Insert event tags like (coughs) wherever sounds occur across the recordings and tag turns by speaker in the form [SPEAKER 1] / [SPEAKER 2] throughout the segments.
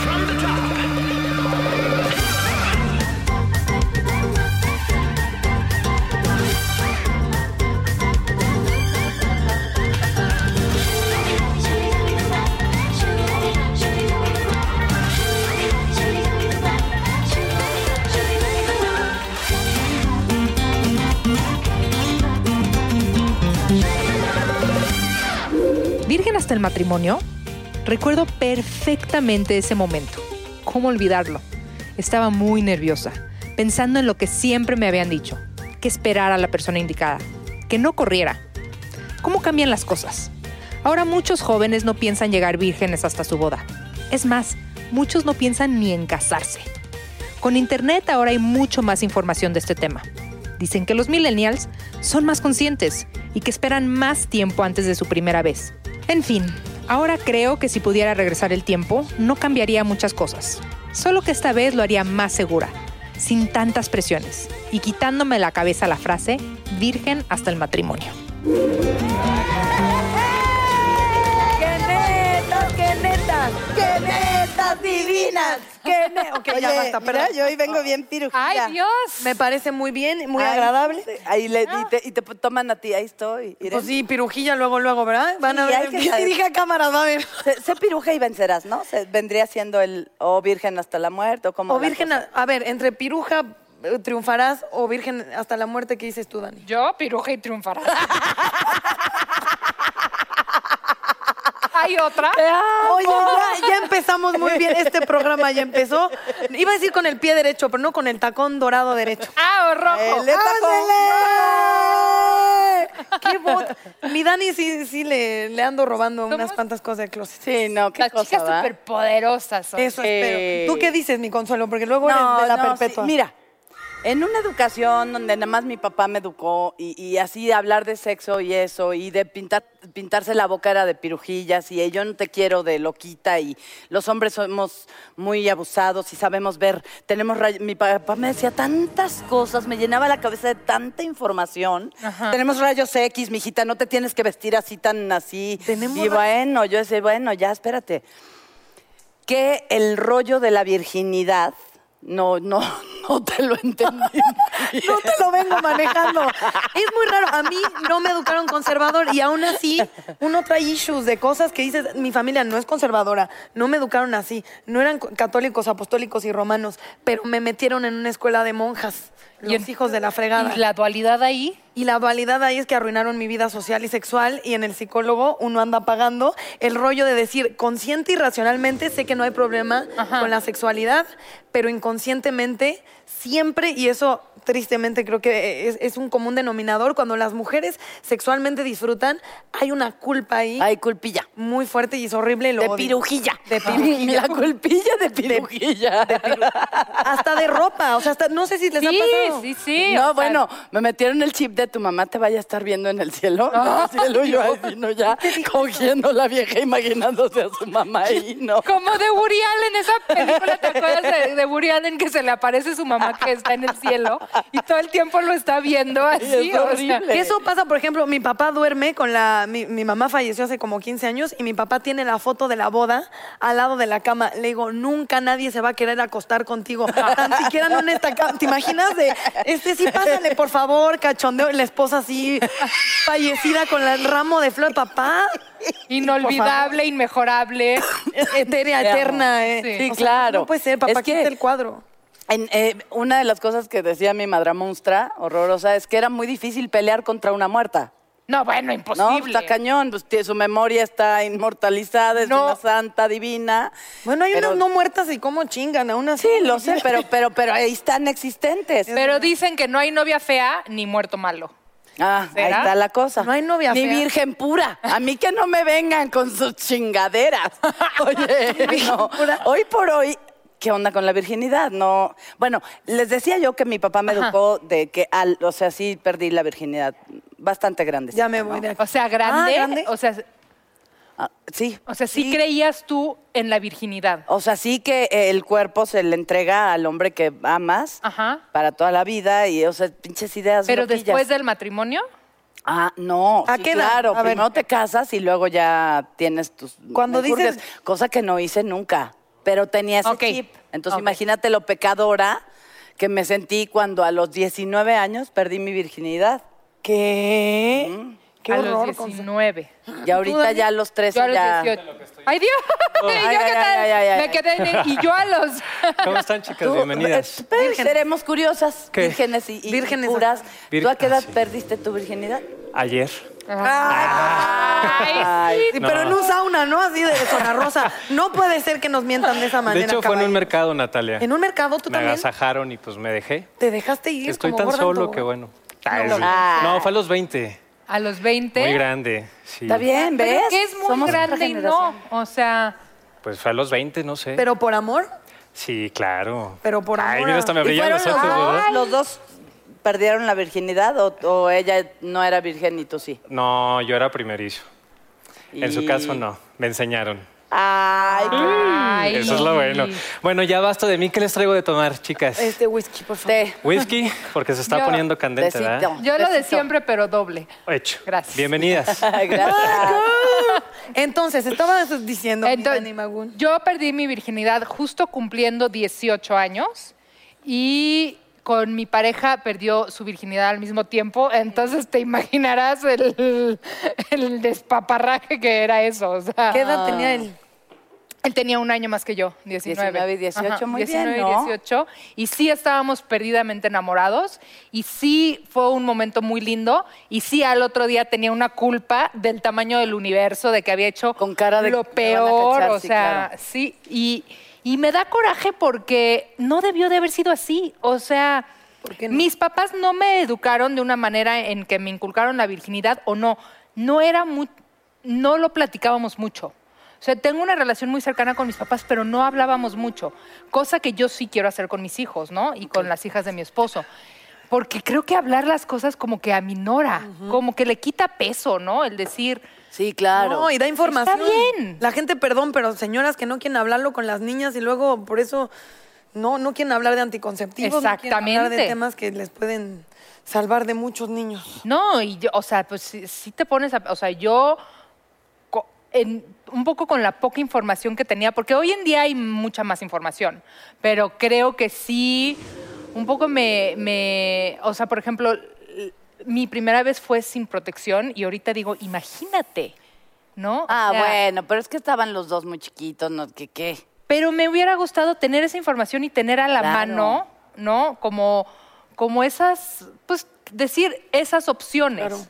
[SPEAKER 1] From the top.
[SPEAKER 2] Virgen hasta el matrimonio, recuerdo perfectamente ese momento. ¿Cómo olvidarlo? Estaba muy nerviosa, pensando en lo que siempre me habían dicho, que esperara a la persona indicada, que no corriera. ¿Cómo cambian las cosas? Ahora muchos jóvenes no piensan llegar vírgenes hasta su boda. Es más, muchos no piensan ni en casarse. Con internet ahora hay mucho más información de este tema. Dicen que los millennials son más conscientes y que esperan más tiempo antes de su primera vez. En fin, ahora creo que si pudiera regresar el tiempo, no cambiaría muchas cosas. Solo que esta vez lo haría más segura, sin tantas presiones y quitándome de la cabeza la frase virgen hasta el matrimonio.
[SPEAKER 3] ¡Qué netas, qué netas! ¡Qué netas divinas! (laughs) ¡Qué netas! Ok, ya
[SPEAKER 4] Oye,
[SPEAKER 3] basta,
[SPEAKER 4] mira,
[SPEAKER 3] perdón.
[SPEAKER 4] yo hoy vengo bien pirujita.
[SPEAKER 5] ¡Ay, Dios!
[SPEAKER 3] Me parece muy bien, muy
[SPEAKER 4] Ay,
[SPEAKER 3] agradable.
[SPEAKER 4] sí. Ahí le- y, te, y te toman a ti, ahí estoy. Irene.
[SPEAKER 3] Ah. Pues sí, pirujilla luego, luego, ¿verdad? Van a
[SPEAKER 4] Sí, hay
[SPEAKER 3] ver.
[SPEAKER 4] que
[SPEAKER 3] (laughs) Y
[SPEAKER 4] saber.
[SPEAKER 3] dije a cámaras, va a ver.
[SPEAKER 4] Se, se piruja y vencerás, ¿no? Se- vendría siendo el o virgen hasta la muerte o
[SPEAKER 3] (laughs)
[SPEAKER 4] como.
[SPEAKER 3] O
[SPEAKER 4] la
[SPEAKER 3] virgen, a, a ver, entre piruja eh, triunfarás o virgen hasta la muerte, ¿qué dices tú, Dani?
[SPEAKER 5] Yo, piruja y
[SPEAKER 4] (laughs)
[SPEAKER 5] triunfarás. ¿Hay otra?
[SPEAKER 4] Eh,
[SPEAKER 3] Oye, ya, ya empezamos muy bien. Este programa ya empezó. (laughs) Iba a decir con el pie derecho, pero no con el tacón dorado (laughs) derecho.
[SPEAKER 5] ¡Ah, o rojo!
[SPEAKER 4] cosa. eh, ¡Le tocó!
[SPEAKER 3] ¡Qué bot! Mi Dani sí, sí le, le ando robando unas
[SPEAKER 5] Somos-
[SPEAKER 3] cuantas cosas de closet.
[SPEAKER 4] Sí, no, qué
[SPEAKER 5] Las
[SPEAKER 4] cosa,
[SPEAKER 5] chicas
[SPEAKER 4] ¿va?
[SPEAKER 5] superpoderosas son.
[SPEAKER 3] Eso
[SPEAKER 4] Eh.
[SPEAKER 3] espero. ¿Tú qué dices, mi consuelo? Porque luego
[SPEAKER 4] No,
[SPEAKER 3] eres de la
[SPEAKER 4] no, sí,
[SPEAKER 3] perpetua. (laughs)
[SPEAKER 4] Mira, en una educación donde nada más mi papá me educó y, y así de hablar de sexo y eso y de pintar, pintarse la boca era de pirujillas y eh, yo no te quiero de loquita y los hombres somos muy abusados y sabemos ver, tenemos ray- mi papá me decía tantas cosas, me llenaba la cabeza de tanta información. Tenemos rayos X, mijita, no te tienes que vestir así tan así.
[SPEAKER 3] Tenemos
[SPEAKER 4] y
[SPEAKER 3] rayos-
[SPEAKER 4] bueno, yo decía, bueno, ya espérate que el rollo de la virginidad no, no, (laughs) no te lo entendí.
[SPEAKER 3] No te lo vengo manejando. Es muy raro. A mí no me educaron conservador y aún así uno trae issues de cosas que dices, mi familia no es conservadora, no me educaron así, no eran co- católicos, apostólicos y romanos, pero me metieron en una escuela de monjas, los hijos de la fregada.
[SPEAKER 5] Y la dualidad ahí.
[SPEAKER 3] Y la dualidad ahí es que arruinaron mi vida social y sexual y en el psicólogo uno anda pagando el rollo de decir consciente y racionalmente sé que no hay problema
[SPEAKER 5] Ajá.
[SPEAKER 3] con la sexualidad, pero inconscientemente siempre, y eso tristemente creo que es, es un común denominador, cuando las mujeres sexualmente disfrutan, hay una culpa ahí
[SPEAKER 4] Ay, culpilla.
[SPEAKER 3] muy fuerte y es horrible. y lo
[SPEAKER 4] De
[SPEAKER 3] odio.
[SPEAKER 4] pirujilla. (laughs)
[SPEAKER 3] De pirujilla. (laughs)
[SPEAKER 4] La culpilla de pirujilla. (laughs)
[SPEAKER 3] Hasta de ropa, o sea, hasta- no sé si les ha
[SPEAKER 5] Sí,
[SPEAKER 3] pasado.
[SPEAKER 5] sí, sí. o
[SPEAKER 4] no,
[SPEAKER 5] sea,
[SPEAKER 4] bueno, me metieron el chip de tu mamá te vaya a estar viendo en el cielo.
[SPEAKER 3] (laughs)
[SPEAKER 4] En el cielo yo así, no, ya cogiendo la vieja imaginándose a su mamá y no.
[SPEAKER 5] Como de Woody Allen, esa película, ¿te acuerdas de, de Woody Allen que se le aparece su mamá que está en el cielo y todo el tiempo lo está viendo así?
[SPEAKER 4] es
[SPEAKER 5] o sea,
[SPEAKER 4] horrible.
[SPEAKER 3] Que eso pasa, por ejemplo, mi papá duerme con la. Mi, mi mamá falleció hace como 15 años y mi papá tiene la foto de la boda al lado de la cama. Le digo, nunca nadie se va a querer acostar contigo, tan siquiera no en esta cama. ¿Te imaginas de. Este sí, pásale, por favor, cachondeo. la esposa así fallecida con el ramo de flor, papá.
[SPEAKER 5] Inolvidable, inmejorable.
[SPEAKER 4] (coughs)
[SPEAKER 5] Este,
[SPEAKER 3] Etérea,
[SPEAKER 4] Te amo.
[SPEAKER 3] eterna, eh.
[SPEAKER 5] Sí.
[SPEAKER 4] Sí,
[SPEAKER 3] O sea,
[SPEAKER 4] claro.
[SPEAKER 3] no puede ser, papá,
[SPEAKER 4] Es que-
[SPEAKER 3] quita el cuadro.
[SPEAKER 4] En, eh, una de las cosas que decía mi madre monstra, horrorosa, es que era muy difícil pelear contra una muerta.
[SPEAKER 5] No, bueno,
[SPEAKER 4] No,
[SPEAKER 5] imposible.
[SPEAKER 4] está cañón, pues, tie- su memoria está inmortalizada, es
[SPEAKER 5] No.
[SPEAKER 4] una santa divina.
[SPEAKER 3] Bueno, hay
[SPEAKER 4] Pero-
[SPEAKER 3] unas no muertas y cómo chingan, aún así.
[SPEAKER 4] Sí, lo sé, pero, pero, pero ahí están existentes.
[SPEAKER 5] Pero dicen que no hay novia fea ni muerto malo.
[SPEAKER 4] Ah, ahí
[SPEAKER 5] ¿Será?
[SPEAKER 4] está la cosa.
[SPEAKER 3] No hay novia
[SPEAKER 4] Ni
[SPEAKER 3] fea.
[SPEAKER 4] virgen pura. A mí que no me vengan con sus chingaderas.
[SPEAKER 3] (laughs)
[SPEAKER 4] Oye, no. hoy por hoy, ¿qué onda con la virginidad? No. Bueno, les decía yo que mi papá me educó de que, al, o sea, sí perdí la virginidad. Bastante grande.
[SPEAKER 3] Ya me voy de aquí.
[SPEAKER 5] O sea, grande.
[SPEAKER 3] Ah, grande.
[SPEAKER 5] O sea,
[SPEAKER 4] Ah, sí.
[SPEAKER 5] o sea sí creías tú en la virginidad.
[SPEAKER 4] O sea, sí que eh, el cuerpo se le entrega al hombre que amas
[SPEAKER 5] Ajá.
[SPEAKER 4] para toda la vida y, o sea, pinches ideas
[SPEAKER 5] Pero
[SPEAKER 4] loquillas.
[SPEAKER 5] después del matrimonio.
[SPEAKER 4] Ah, no.
[SPEAKER 3] ¿A
[SPEAKER 4] sí,
[SPEAKER 3] qué edad?
[SPEAKER 4] claro,
[SPEAKER 3] A ver.
[SPEAKER 4] primero te casas y luego ya tienes tus
[SPEAKER 3] Cuando
[SPEAKER 4] menjurjes,
[SPEAKER 3] dices-
[SPEAKER 4] cosa que no hice nunca, pero tenía ese
[SPEAKER 5] Ok,
[SPEAKER 4] chip. Entonces
[SPEAKER 5] ok.
[SPEAKER 4] imagínate lo pecadora que me sentí cuando a los 19 años perdí mi virginidad.
[SPEAKER 3] ¿Qué?
[SPEAKER 4] Mm.
[SPEAKER 3] Qué
[SPEAKER 5] a
[SPEAKER 3] horror.
[SPEAKER 5] los
[SPEAKER 3] con-
[SPEAKER 5] 19.
[SPEAKER 4] Y ahorita ya a los 13
[SPEAKER 5] Yo a los
[SPEAKER 4] ya.
[SPEAKER 5] 18. ¡Ay, Dios! ¿Y yo
[SPEAKER 4] Ay,
[SPEAKER 5] qué
[SPEAKER 4] ay,
[SPEAKER 5] tal?
[SPEAKER 4] ay, ay, ay,
[SPEAKER 5] Me
[SPEAKER 4] ay.
[SPEAKER 5] quedé en el- Y yo a los...
[SPEAKER 6] (laughs) ¿Cómo están, chicas?
[SPEAKER 4] Tú,
[SPEAKER 6] Bienvenidas.
[SPEAKER 4] eh, pero Seremos curiosas,
[SPEAKER 6] ¿Qué?
[SPEAKER 4] vírgenes y, y
[SPEAKER 3] Vírgenes.
[SPEAKER 4] puras.
[SPEAKER 6] Vir-
[SPEAKER 4] ¿Tú a qué edad
[SPEAKER 6] ah, sí.
[SPEAKER 4] perdiste tu virginidad?
[SPEAKER 6] Ayer.
[SPEAKER 5] Ay,
[SPEAKER 4] Ay,
[SPEAKER 3] Sí, Pero en un sauna, ¿no? Así de zona rosa. No puede ser que nos mientan de esa
[SPEAKER 6] De
[SPEAKER 3] manera.
[SPEAKER 6] hecho, fue en un
[SPEAKER 3] caballero.
[SPEAKER 6] mercado, Natalia.
[SPEAKER 3] ¿En un mercado tú
[SPEAKER 6] Me
[SPEAKER 3] también?
[SPEAKER 6] agasajaron y pues me dejé.
[SPEAKER 3] Te dejaste ir.
[SPEAKER 6] Estoy
[SPEAKER 3] como
[SPEAKER 6] tan
[SPEAKER 3] gorda en
[SPEAKER 6] solo
[SPEAKER 3] tobogán.
[SPEAKER 6] que bueno.
[SPEAKER 4] lo sé.
[SPEAKER 6] No, fue a los 20.
[SPEAKER 5] a los 20.
[SPEAKER 6] Muy grande. Sí.
[SPEAKER 4] Está bien, ¿ves?
[SPEAKER 5] Pero que es muy
[SPEAKER 4] Somos otra
[SPEAKER 5] grande y no.
[SPEAKER 4] generación.
[SPEAKER 5] O sea,
[SPEAKER 6] Pues fue a los 20, no sé.
[SPEAKER 3] Pero por amor,
[SPEAKER 6] Sí, claro.
[SPEAKER 3] pero por amor.
[SPEAKER 6] Ay,
[SPEAKER 3] a-
[SPEAKER 6] mira, hasta me
[SPEAKER 4] ¿Y
[SPEAKER 6] brillan
[SPEAKER 4] fueron
[SPEAKER 6] los ojos, ¿verdad?
[SPEAKER 4] los dos perdieron la virginidad o, o ella no era virgen y tú sí?
[SPEAKER 6] No, yo era primerizo. En su
[SPEAKER 4] Y-
[SPEAKER 6] caso, no. Me enseñaron.
[SPEAKER 4] Ay,
[SPEAKER 5] ay,
[SPEAKER 6] Eso es lo bueno. Bueno, ya basta de mí. ¿Qué les traigo de tomar, chicas?
[SPEAKER 3] Este whisky, por favor.
[SPEAKER 4] qué
[SPEAKER 6] Whisky, porque se está
[SPEAKER 5] Yo-
[SPEAKER 6] poniendo candente,
[SPEAKER 4] Tecito.
[SPEAKER 6] ¿verdad?
[SPEAKER 5] Yo lo de
[SPEAKER 4] Besito.
[SPEAKER 5] siempre, pero doble.
[SPEAKER 6] Hecho.
[SPEAKER 5] Gracias.
[SPEAKER 6] Bienvenidas.
[SPEAKER 5] (laughs)
[SPEAKER 4] Gracias.
[SPEAKER 3] Entonces, estabas diciendo, mi
[SPEAKER 5] Entonces,
[SPEAKER 3] Dani Magún.
[SPEAKER 5] yo perdí mi virginidad justo cumpliendo 18 años y con mi pareja perdió su virginidad al mismo tiempo, entonces te imaginarás el, el despaparraje que era eso. o sea.
[SPEAKER 3] ¿Qué edad tenía él?
[SPEAKER 5] Él tenía un año más que yo, 19.
[SPEAKER 4] 19 y 18, muy bien,
[SPEAKER 5] 19
[SPEAKER 4] ¿no?
[SPEAKER 5] y 18. Y sí estábamos perdidamente enamorados. Y sí fue un momento muy lindo. Y sí al otro día tenía una culpa del tamaño del universo, de que había hecho
[SPEAKER 4] Con cara de
[SPEAKER 5] lo
[SPEAKER 4] que me van a
[SPEAKER 5] peor.
[SPEAKER 4] cachar,
[SPEAKER 5] o
[SPEAKER 4] sí,
[SPEAKER 5] sea,
[SPEAKER 4] claro.
[SPEAKER 5] sí. Y, y me da coraje porque no debió de haber sido así. O sea,
[SPEAKER 3] qué no?
[SPEAKER 5] mis papás no me educaron de una manera en que me inculcaron la virginidad o no. No era mu- no lo platicábamos mucho. O sea, tengo una relación muy cercana con mis papás, pero no hablábamos mucho. Cosa que yo sí quiero hacer con mis hijos, ¿no? Y con las hijas de mi esposo. Porque creo que hablar las cosas como que aminora, como que le quita peso, ¿no? El decir,
[SPEAKER 4] Sí, claro.
[SPEAKER 3] No, y da información.
[SPEAKER 5] Está bien.
[SPEAKER 3] La gente, perdón, pero señoras que no quieren hablarlo con las niñas y luego por eso no, no quieren hablar de anticonceptivos. No quieren hablar de
[SPEAKER 5] Exactamente.
[SPEAKER 3] temas que les pueden salvar de muchos niños.
[SPEAKER 5] No, y yo, o sea, pues si, si te pones a. O sea, yo. co- en- un poco con la poca información que tenía, porque hoy en día hay mucha más información, pero creo que sí. Un poco me. me- o sea, por ejemplo, l- mi primera vez fue sin protección y ahorita digo, imagínate, ¿no? O
[SPEAKER 4] Ah,
[SPEAKER 5] sea,
[SPEAKER 4] bueno, pero es que estaban los dos muy chiquitos, ¿no? ¿Qué qué?
[SPEAKER 5] Pero me hubiera gustado tener esa información y tener a la
[SPEAKER 4] Claro.
[SPEAKER 5] mano, ¿no? Como, como esas, pues decir esas opciones.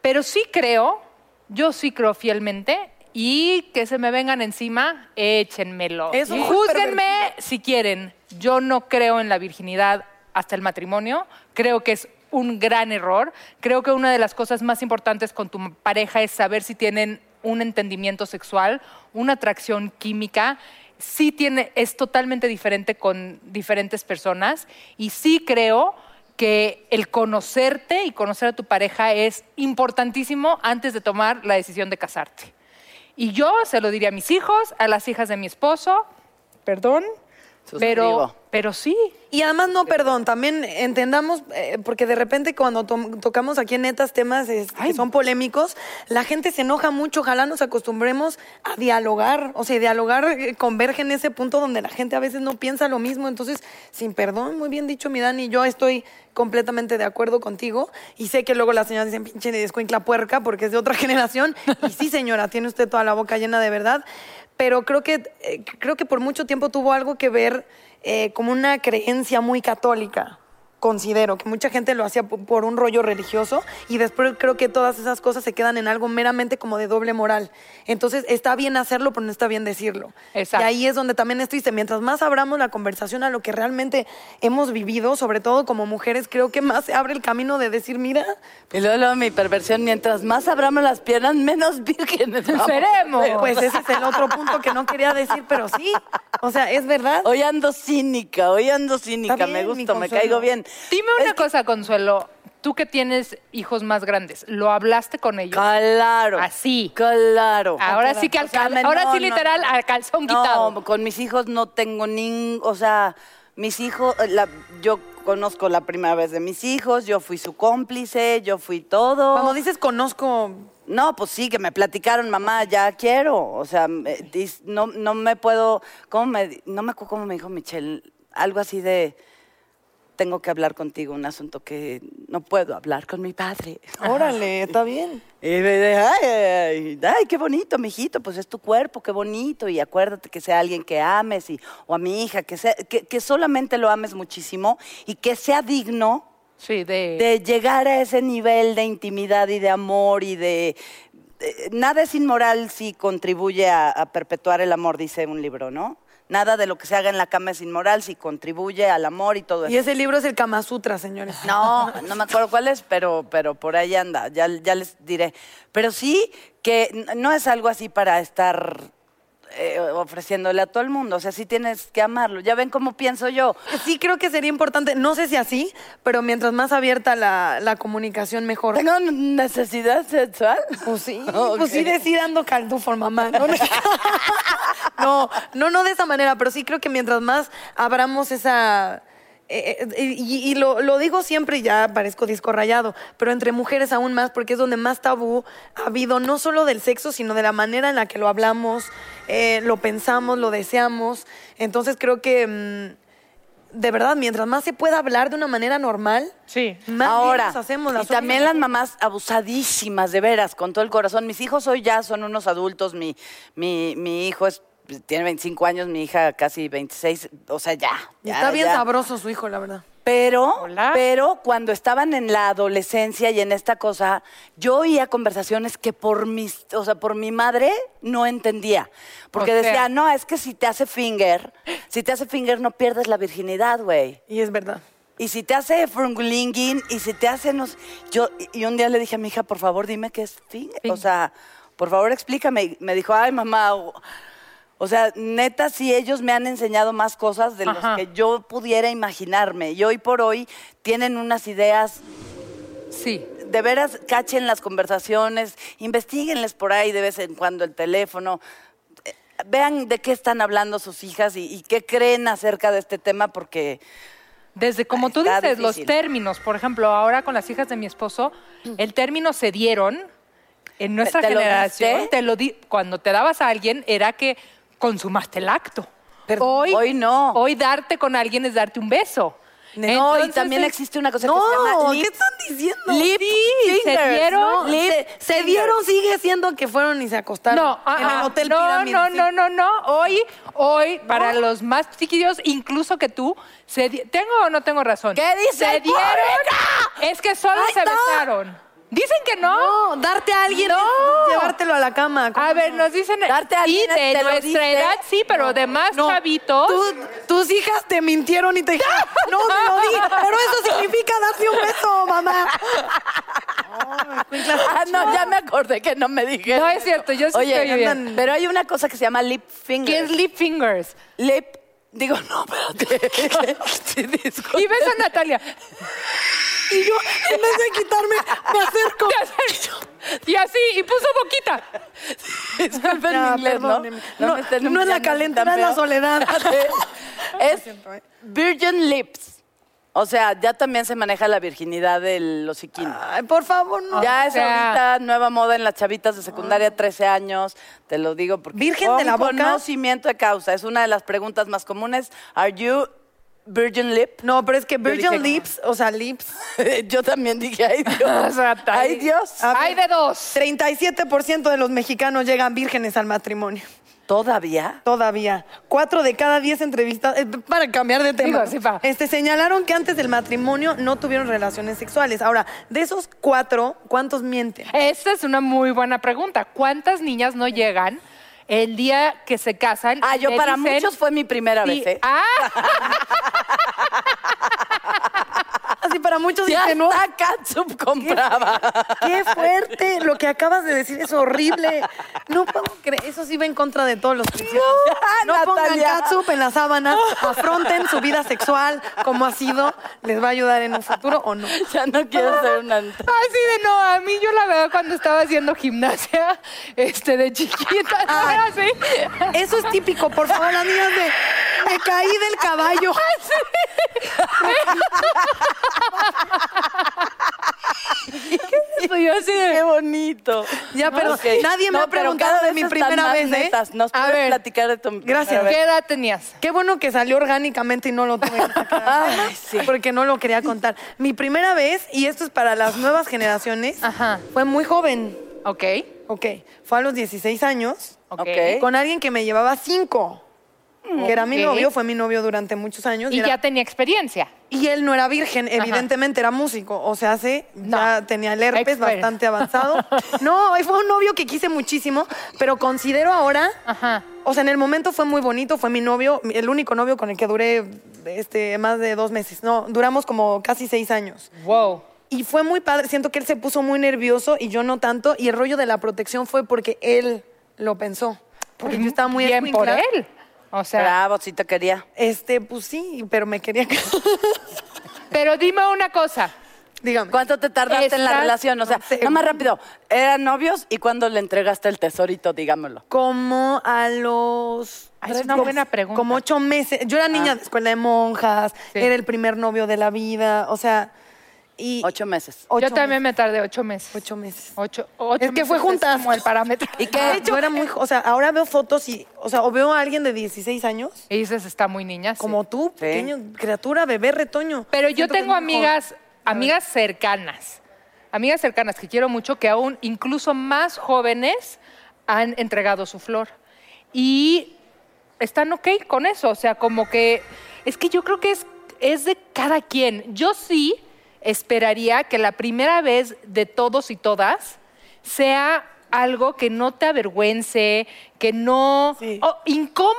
[SPEAKER 5] Pero sí creo, yo sí creo fielmente, y que se me vengan encima, échenmelo.
[SPEAKER 3] Es un
[SPEAKER 5] Y
[SPEAKER 3] juez
[SPEAKER 5] Júzguenme si quieren. Yo no creo en la virginidad hasta el matrimonio. Creo que es un gran error. Creo que una de las cosas más importantes con tu pareja es saber si tienen un entendimiento sexual, una atracción química. Sí tiene, es totalmente diferente con diferentes personas. Y sí creo que el conocerte y conocer a tu pareja es importantísimo antes de tomar la decisión de casarte. Y yo se lo diría a mis hijos, a las hijas de mi esposo, perdón, pero,
[SPEAKER 4] Suscribo.
[SPEAKER 5] pero sí.
[SPEAKER 4] Ah,
[SPEAKER 3] Y además, no, perdón, también entendamos, eh, porque de repente cuando tom- tocamos aquí en netas temas este, que son polémicos, la gente se enoja mucho. Ojalá nos acostumbremos a dialogar. O sea, dialogar eh, converge en ese punto donde la gente a veces no piensa lo mismo. Entonces, sin perdón, muy bien dicho, mi Dani, yo estoy completamente de acuerdo contigo y sé que luego las señoras dicen pinche descuincla puerca porque es de otra (laughs) generación y sí señora, tiene usted toda la boca llena de verdad, pero creo que, eh, creo que por mucho tiempo tuvo algo que ver eh, como una creencia muy católica considero que mucha gente lo hacía po- por un rollo religioso y después creo que todas esas cosas se quedan en algo meramente como de doble moral. Entonces está bien hacerlo, pero no está bien decirlo.
[SPEAKER 5] Exacto.
[SPEAKER 3] Y ahí es donde también es triste. Mientras más abramos la conversación a lo que realmente hemos vivido, sobre todo como mujeres, creo que más se abre el camino de decir, mira,
[SPEAKER 4] Y luego, luego mi perversión, mientras más abramos las piernas, menos (laughs) vírgenes. vamos.
[SPEAKER 5] Esperemos.
[SPEAKER 3] pues ese es el otro punto que no quería decir, pero sí. O sea, es verdad.
[SPEAKER 4] Hoy ando cínica, hoy ando cínica,
[SPEAKER 3] Está
[SPEAKER 4] me
[SPEAKER 3] bien, mi
[SPEAKER 4] gusta, me
[SPEAKER 3] Consuelo.
[SPEAKER 4] caigo bien.
[SPEAKER 5] Dime
[SPEAKER 4] Es
[SPEAKER 5] una
[SPEAKER 4] que-
[SPEAKER 5] cosa, Consuelo. Tú que tienes hijos más grandes, ¿lo hablaste con ellos?
[SPEAKER 4] Claro.
[SPEAKER 5] Así.
[SPEAKER 4] Claro.
[SPEAKER 5] Ahora sí que al
[SPEAKER 4] O sea,
[SPEAKER 5] cal-
[SPEAKER 4] me-
[SPEAKER 5] ahora
[SPEAKER 4] no,
[SPEAKER 5] sí
[SPEAKER 4] no,
[SPEAKER 5] literal
[SPEAKER 4] no.
[SPEAKER 5] al calzón
[SPEAKER 4] No,
[SPEAKER 5] quitado.
[SPEAKER 4] con mis hijos no tengo ningún, o sea, mis hijos, eh, la- yo conozco la primera vez de mis hijos, yo fui su cómplice, yo fui todo.
[SPEAKER 3] Cuando dices conozco,
[SPEAKER 4] No, pues sí, que me platicaron, mamá, ya quiero. O sea, me- dis- no, no me puedo. ¿cómo me, di- no me acuerdo cómo me dijo Michelle. Algo así de. Tengo que hablar contigo, un asunto que no puedo hablar con mi padre.
[SPEAKER 3] (laughs) órale, está bien.
[SPEAKER 4] Y me dije, ay, ay, ay, ay, qué bonito, mijito, pues es tu cuerpo, qué bonito. Y acuérdate que sea alguien que ames, y, o a mi hija, que, sea, que, que solamente lo ames muchísimo y que sea digno
[SPEAKER 5] Sí, de...
[SPEAKER 4] de llegar a ese nivel de intimidad y de amor y de... de- Nada es inmoral si contribuye a, a perpetuar el amor, dice un libro, ¿no? Nada de lo que se haga en la cama es inmoral si contribuye al amor y todo
[SPEAKER 3] Y
[SPEAKER 4] eso.
[SPEAKER 3] ese libro es el Kama Sutra, señores.
[SPEAKER 4] No, no me acuerdo cuál es, pero, pero por ahí anda, ya, ya les diré. Pero sí que n- no es algo así para estar eh, ofreciéndole a todo el mundo, o sea, sí tienes que amarlo. Ya ven cómo pienso yo.
[SPEAKER 3] Sí creo que sería importante, no sé si así, pero mientras más abierta la, la comunicación, mejor.
[SPEAKER 4] ¿Tengo necesidad sexual?
[SPEAKER 3] Pues sí,
[SPEAKER 4] (laughs) Ok.
[SPEAKER 3] pues sí decir ando caldufo, mamá. ¿no? (laughs) No, no, no de esa manera, pero sí creo que mientras más abramos esa... eh, eh, y y lo, lo digo siempre y ya parezco disco rayado, pero entre mujeres aún más, porque es donde más tabú ha habido, no solo del sexo, sino de la manera en la que lo hablamos, eh, lo pensamos, lo deseamos. Entonces creo que, mm, de verdad, mientras más se pueda hablar de una manera normal,
[SPEAKER 5] Sí.
[SPEAKER 3] más bien
[SPEAKER 4] Ahora,
[SPEAKER 3] nos hacemos las
[SPEAKER 4] y también las
[SPEAKER 3] unas.
[SPEAKER 4] mamás abusadísimas, de veras, con todo el corazón. Mis hijos hoy ya son unos adultos, mi, mi, mi hijo es, tiene 25 años, mi hija casi 26, o sea, ya.
[SPEAKER 3] Y
[SPEAKER 4] ya,
[SPEAKER 3] está bien
[SPEAKER 4] ya.
[SPEAKER 3] sabroso su hijo, la verdad.
[SPEAKER 4] Pero,
[SPEAKER 5] Hola.
[SPEAKER 4] pero cuando estaban en la adolescencia y en esta cosa, yo oía conversaciones que por mis, o sea, por mi madre no entendía. Porque
[SPEAKER 5] O sea.
[SPEAKER 4] decía, no, es que si te hace finger, si te hace finger no pierdes la virginidad, güey.
[SPEAKER 3] Y es verdad.
[SPEAKER 4] Y si te hace frungulinguin, y si te hace... No, sé- yo, y un día le dije a mi hija, por favor, dime qué es finger. O sea, por favor, explícame. Y me dijo, ay, mamá... o- o sea, neta, sí, ellos me han enseñado más cosas de
[SPEAKER 5] Ajá.
[SPEAKER 4] las que yo pudiera imaginarme. Y hoy por hoy tienen unas ideas,
[SPEAKER 5] Sí.
[SPEAKER 4] de veras, cachen las conversaciones, investiguenles por ahí de vez en cuando el teléfono. eh, Vean de qué están hablando sus hijas y, y qué creen acerca de este tema, porque
[SPEAKER 5] Desde como tú
[SPEAKER 4] Está
[SPEAKER 5] dices, los
[SPEAKER 4] difícil. Mm.
[SPEAKER 5] términos, por ejemplo, ahora con las hijas de mi esposo, el término se dieron en nuestra
[SPEAKER 4] ¿Te lo
[SPEAKER 5] generación.
[SPEAKER 4] diste?
[SPEAKER 5] te lo di- cuando te dabas a alguien era que consumaste el acto.
[SPEAKER 4] Pero hoy no.
[SPEAKER 5] Hoy darte con alguien es darte un beso.
[SPEAKER 4] No, y
[SPEAKER 5] Entonces,
[SPEAKER 4] también
[SPEAKER 5] es-
[SPEAKER 4] existe una cosa
[SPEAKER 3] eh, No,
[SPEAKER 4] que se llama
[SPEAKER 3] ¿qué
[SPEAKER 4] lip-
[SPEAKER 3] están diciendo?
[SPEAKER 4] Lip
[SPEAKER 5] Sí, se
[SPEAKER 4] fingers,
[SPEAKER 5] dieron,
[SPEAKER 4] ¿no?
[SPEAKER 5] lip
[SPEAKER 3] se, se
[SPEAKER 4] fingers.
[SPEAKER 3] dieron, sigue siendo que fueron y se acostaron.
[SPEAKER 5] No,
[SPEAKER 3] en
[SPEAKER 5] ah,
[SPEAKER 3] el hotel
[SPEAKER 5] no,
[SPEAKER 3] Pirámide,
[SPEAKER 5] no,
[SPEAKER 3] sí.
[SPEAKER 5] no, no, no. Hoy, hoy, para los más chiquillos, incluso que tú, se di- ¿tengo o no tengo razón?
[SPEAKER 4] ¿Qué dice
[SPEAKER 5] Se
[SPEAKER 4] el
[SPEAKER 5] dieron.
[SPEAKER 4] público?
[SPEAKER 5] Es que solo
[SPEAKER 4] Ahí
[SPEAKER 5] se
[SPEAKER 4] está.
[SPEAKER 5] besaron. Dicen que no.
[SPEAKER 3] No, darte a alguien,
[SPEAKER 5] No.
[SPEAKER 3] es llevártelo a la cama.
[SPEAKER 5] A ver, nos dicen.
[SPEAKER 4] Darte a
[SPEAKER 5] sí,
[SPEAKER 4] alguien,
[SPEAKER 5] de
[SPEAKER 4] te lo
[SPEAKER 5] nuestra
[SPEAKER 4] dice.
[SPEAKER 5] edad, sí, pero de más chavitos.
[SPEAKER 3] Tú- tus hijas te mintieron y te dijeron, "Ah, no, te lo di, pero eso significa darte un beso, mamá.
[SPEAKER 4] Ah, no, ya me acordé que no me dije.
[SPEAKER 5] No, es cierto, yo sí
[SPEAKER 4] Oye,
[SPEAKER 5] estoy bien.
[SPEAKER 4] andan- pero hay una cosa que se llama lip finger.
[SPEAKER 5] ¿Qué es lip fingers?
[SPEAKER 4] Lip, digo, no,
[SPEAKER 5] (laughs)
[SPEAKER 4] espérate. (laughs) Sí, disculpa.
[SPEAKER 5] Y ves a Natalia.
[SPEAKER 3] Y yo, en vez de quitarme, me acerco.
[SPEAKER 5] te acercas, (laughs) Y así, y puso boquita.
[SPEAKER 4] Disculpen
[SPEAKER 3] Ya,
[SPEAKER 4] mi inglés, ¿no?
[SPEAKER 3] perdónenme.
[SPEAKER 4] me
[SPEAKER 3] No,
[SPEAKER 4] estén
[SPEAKER 3] no es la
[SPEAKER 4] humillando tan
[SPEAKER 3] calentura, es la
[SPEAKER 5] (laughs)
[SPEAKER 4] feo.
[SPEAKER 3] soledad.
[SPEAKER 4] (laughs) es
[SPEAKER 5] ¿eh?
[SPEAKER 4] virgin lips. O sea, ya también se maneja la virginidad del hociquín.
[SPEAKER 3] Ay, por favor, no.
[SPEAKER 4] Ya
[SPEAKER 5] O
[SPEAKER 4] es
[SPEAKER 5] sea-
[SPEAKER 4] ahorita nueva moda en las chavitas de secundaria, 13 años. Te lo digo porque.
[SPEAKER 3] Ah. Virgen de
[SPEAKER 4] con
[SPEAKER 3] la boca.
[SPEAKER 4] conocimiento de causa. Es una de las preguntas más comunes. ¿Are you Virgin Lip.
[SPEAKER 3] No, pero es que Virgin
[SPEAKER 4] dije-
[SPEAKER 3] Lips, o sea, Lips,
[SPEAKER 4] (laughs) Yo también dije,
[SPEAKER 3] (laughs)
[SPEAKER 5] (laughs)
[SPEAKER 4] ay Dios. ay Dios.
[SPEAKER 3] A ver.
[SPEAKER 5] Hay de dos.
[SPEAKER 3] 37% de los mexicanos llegan vírgenes al matrimonio.
[SPEAKER 4] ¿Todavía?
[SPEAKER 3] Todavía. Cuatro de cada diez entrevistados. eh, Para cambiar de tema.
[SPEAKER 5] Digo, sí, pa.
[SPEAKER 3] Este, señalaron que antes del matrimonio no tuvieron relaciones sexuales. Ahora, de esos cuatro, ¿cuántos mienten?
[SPEAKER 5] Esta es una muy buena pregunta. ¿Cuántas niñas no llegan el día que se casan?
[SPEAKER 4] Ah,
[SPEAKER 5] y
[SPEAKER 4] yo
[SPEAKER 5] le
[SPEAKER 4] para
[SPEAKER 5] dicen-
[SPEAKER 4] muchos fue mi primera
[SPEAKER 5] Sí.
[SPEAKER 4] vez, ¿eh?
[SPEAKER 5] Ah,
[SPEAKER 4] (laughs)
[SPEAKER 3] Así para muchos
[SPEAKER 4] Ya
[SPEAKER 3] dicen, "Oh,
[SPEAKER 4] hasta Katsup
[SPEAKER 3] (laughs)
[SPEAKER 4] compraba.
[SPEAKER 3] ¡Qué fuerte! Lo que acabas de decir es horrible. No puedo creer. Eso sí va en contra de todos los cristianos. No, pongan
[SPEAKER 4] Natalia.
[SPEAKER 3] catsup en las sábanas. Afronten su vida sexual como ha sido. ¿Les va a ayudar en un futuro o no?
[SPEAKER 4] Ya no quiero ser
[SPEAKER 5] (laughs)
[SPEAKER 4] una...
[SPEAKER 5] así de no. A mí yo la verdad cuando estaba haciendo gimnasia, (laughs) este, de chiquita, (laughs) no era
[SPEAKER 3] Ah,
[SPEAKER 5] así.
[SPEAKER 3] Eso es típico. Por favor, las niñas de... Me caí del (laughs) caballo. pues
[SPEAKER 5] Soy yo así de-
[SPEAKER 4] Qué bonito.
[SPEAKER 3] Ya, pero
[SPEAKER 4] Ok.
[SPEAKER 3] nadie me
[SPEAKER 4] No,
[SPEAKER 3] ha
[SPEAKER 4] pero
[SPEAKER 3] preguntado
[SPEAKER 4] cada
[SPEAKER 3] de mi
[SPEAKER 4] están
[SPEAKER 3] primera
[SPEAKER 4] más
[SPEAKER 3] vez, ¿eh?
[SPEAKER 4] netas. Nos
[SPEAKER 5] A
[SPEAKER 4] puedes
[SPEAKER 5] ver.
[SPEAKER 4] platicar de tu primera
[SPEAKER 3] Gracias.
[SPEAKER 4] vez.
[SPEAKER 5] ¿Qué edad tenías?
[SPEAKER 3] Qué bueno que salió orgánicamente y no lo tuve. que sacar.
[SPEAKER 4] (laughs) Ay, sí.
[SPEAKER 3] Porque no lo quería contar. Mi primera vez, y esto es para las nuevas generaciones,
[SPEAKER 5] Ajá.
[SPEAKER 3] fue muy joven.
[SPEAKER 5] Ok.
[SPEAKER 3] Ok, fue a los 16 años
[SPEAKER 5] Ok.
[SPEAKER 4] Ok.
[SPEAKER 3] con alguien que me llevaba 5. Que era mi
[SPEAKER 5] Ok.
[SPEAKER 3] novio, fue mi novio durante muchos años. Y,
[SPEAKER 5] Y
[SPEAKER 3] era-
[SPEAKER 5] ya tenía experiencia.
[SPEAKER 3] y él no era virgen, evidentemente era músico. O sea, hace, ya
[SPEAKER 5] No.
[SPEAKER 3] tenía el herpes
[SPEAKER 5] Expert.
[SPEAKER 3] bastante
[SPEAKER 4] (laughs)
[SPEAKER 3] avanzado. no, fue un novio que quise muchísimo, pero considero ahora.
[SPEAKER 5] Ajá.
[SPEAKER 3] O sea, en el momento fue muy bonito, fue mi novio, el único novio con el que duré este, más de dos meses. No, duramos como casi seis años.
[SPEAKER 5] Wow.
[SPEAKER 3] Y fue muy padre. Siento que él se puso muy nervioso y yo no tanto. Y el rollo de la protección fue porque él lo pensó. Porque yo estaba muy
[SPEAKER 5] bien por
[SPEAKER 3] escuincla.
[SPEAKER 5] él. O sea,
[SPEAKER 4] Bravo, sí te quería.
[SPEAKER 3] Este, pues sí, pero me quería casar.
[SPEAKER 5] pero dime una cosa.
[SPEAKER 3] (laughs) Dígame.
[SPEAKER 4] ¿Cuánto te tardaste en la
[SPEAKER 5] Estás-
[SPEAKER 4] relación? O sea,
[SPEAKER 3] no sé.
[SPEAKER 4] nada más rápido. ¿Eran novios y cuándo le entregaste el tesorito, digámoslo?
[SPEAKER 3] Como a los.
[SPEAKER 5] Ah, es
[SPEAKER 3] tres
[SPEAKER 5] una
[SPEAKER 3] meses,
[SPEAKER 5] buena pregunta. Ah.
[SPEAKER 3] Como ocho meses. Yo era niña de escuela de monjas,
[SPEAKER 5] Sí.
[SPEAKER 3] era el primer novio de la vida. O sea. Y
[SPEAKER 4] Ocho meses.
[SPEAKER 3] ocho
[SPEAKER 5] yo también me tardé ocho meses.
[SPEAKER 3] meses, Ocho meses.
[SPEAKER 5] Ocho, ocho
[SPEAKER 3] Es que fue
[SPEAKER 5] meses
[SPEAKER 3] juntas.
[SPEAKER 5] como el parámetro.
[SPEAKER 4] ¿Y qué?
[SPEAKER 5] (laughs)
[SPEAKER 3] De hecho, yo era muy. jo- O sea, ahora veo fotos y. O sea, o veo a alguien de 16 años,
[SPEAKER 5] Y dices, está muy niña. sí.
[SPEAKER 3] como tú, pequeño, criatura, bebé, retoño.
[SPEAKER 5] Pero yo
[SPEAKER 3] Siento que es
[SPEAKER 5] tengo
[SPEAKER 3] muy joven.
[SPEAKER 5] amigas, amigas cercanas, amigas cercanas que quiero mucho, que aún incluso más jóvenes han entregado su flor. Y están ok con eso. O sea, como que es que yo creo que es, es de cada quien. Yo sí esperaría que la primera vez de todos y todas sea algo que no te avergüence, que no...
[SPEAKER 3] Sí.
[SPEAKER 5] o incómodo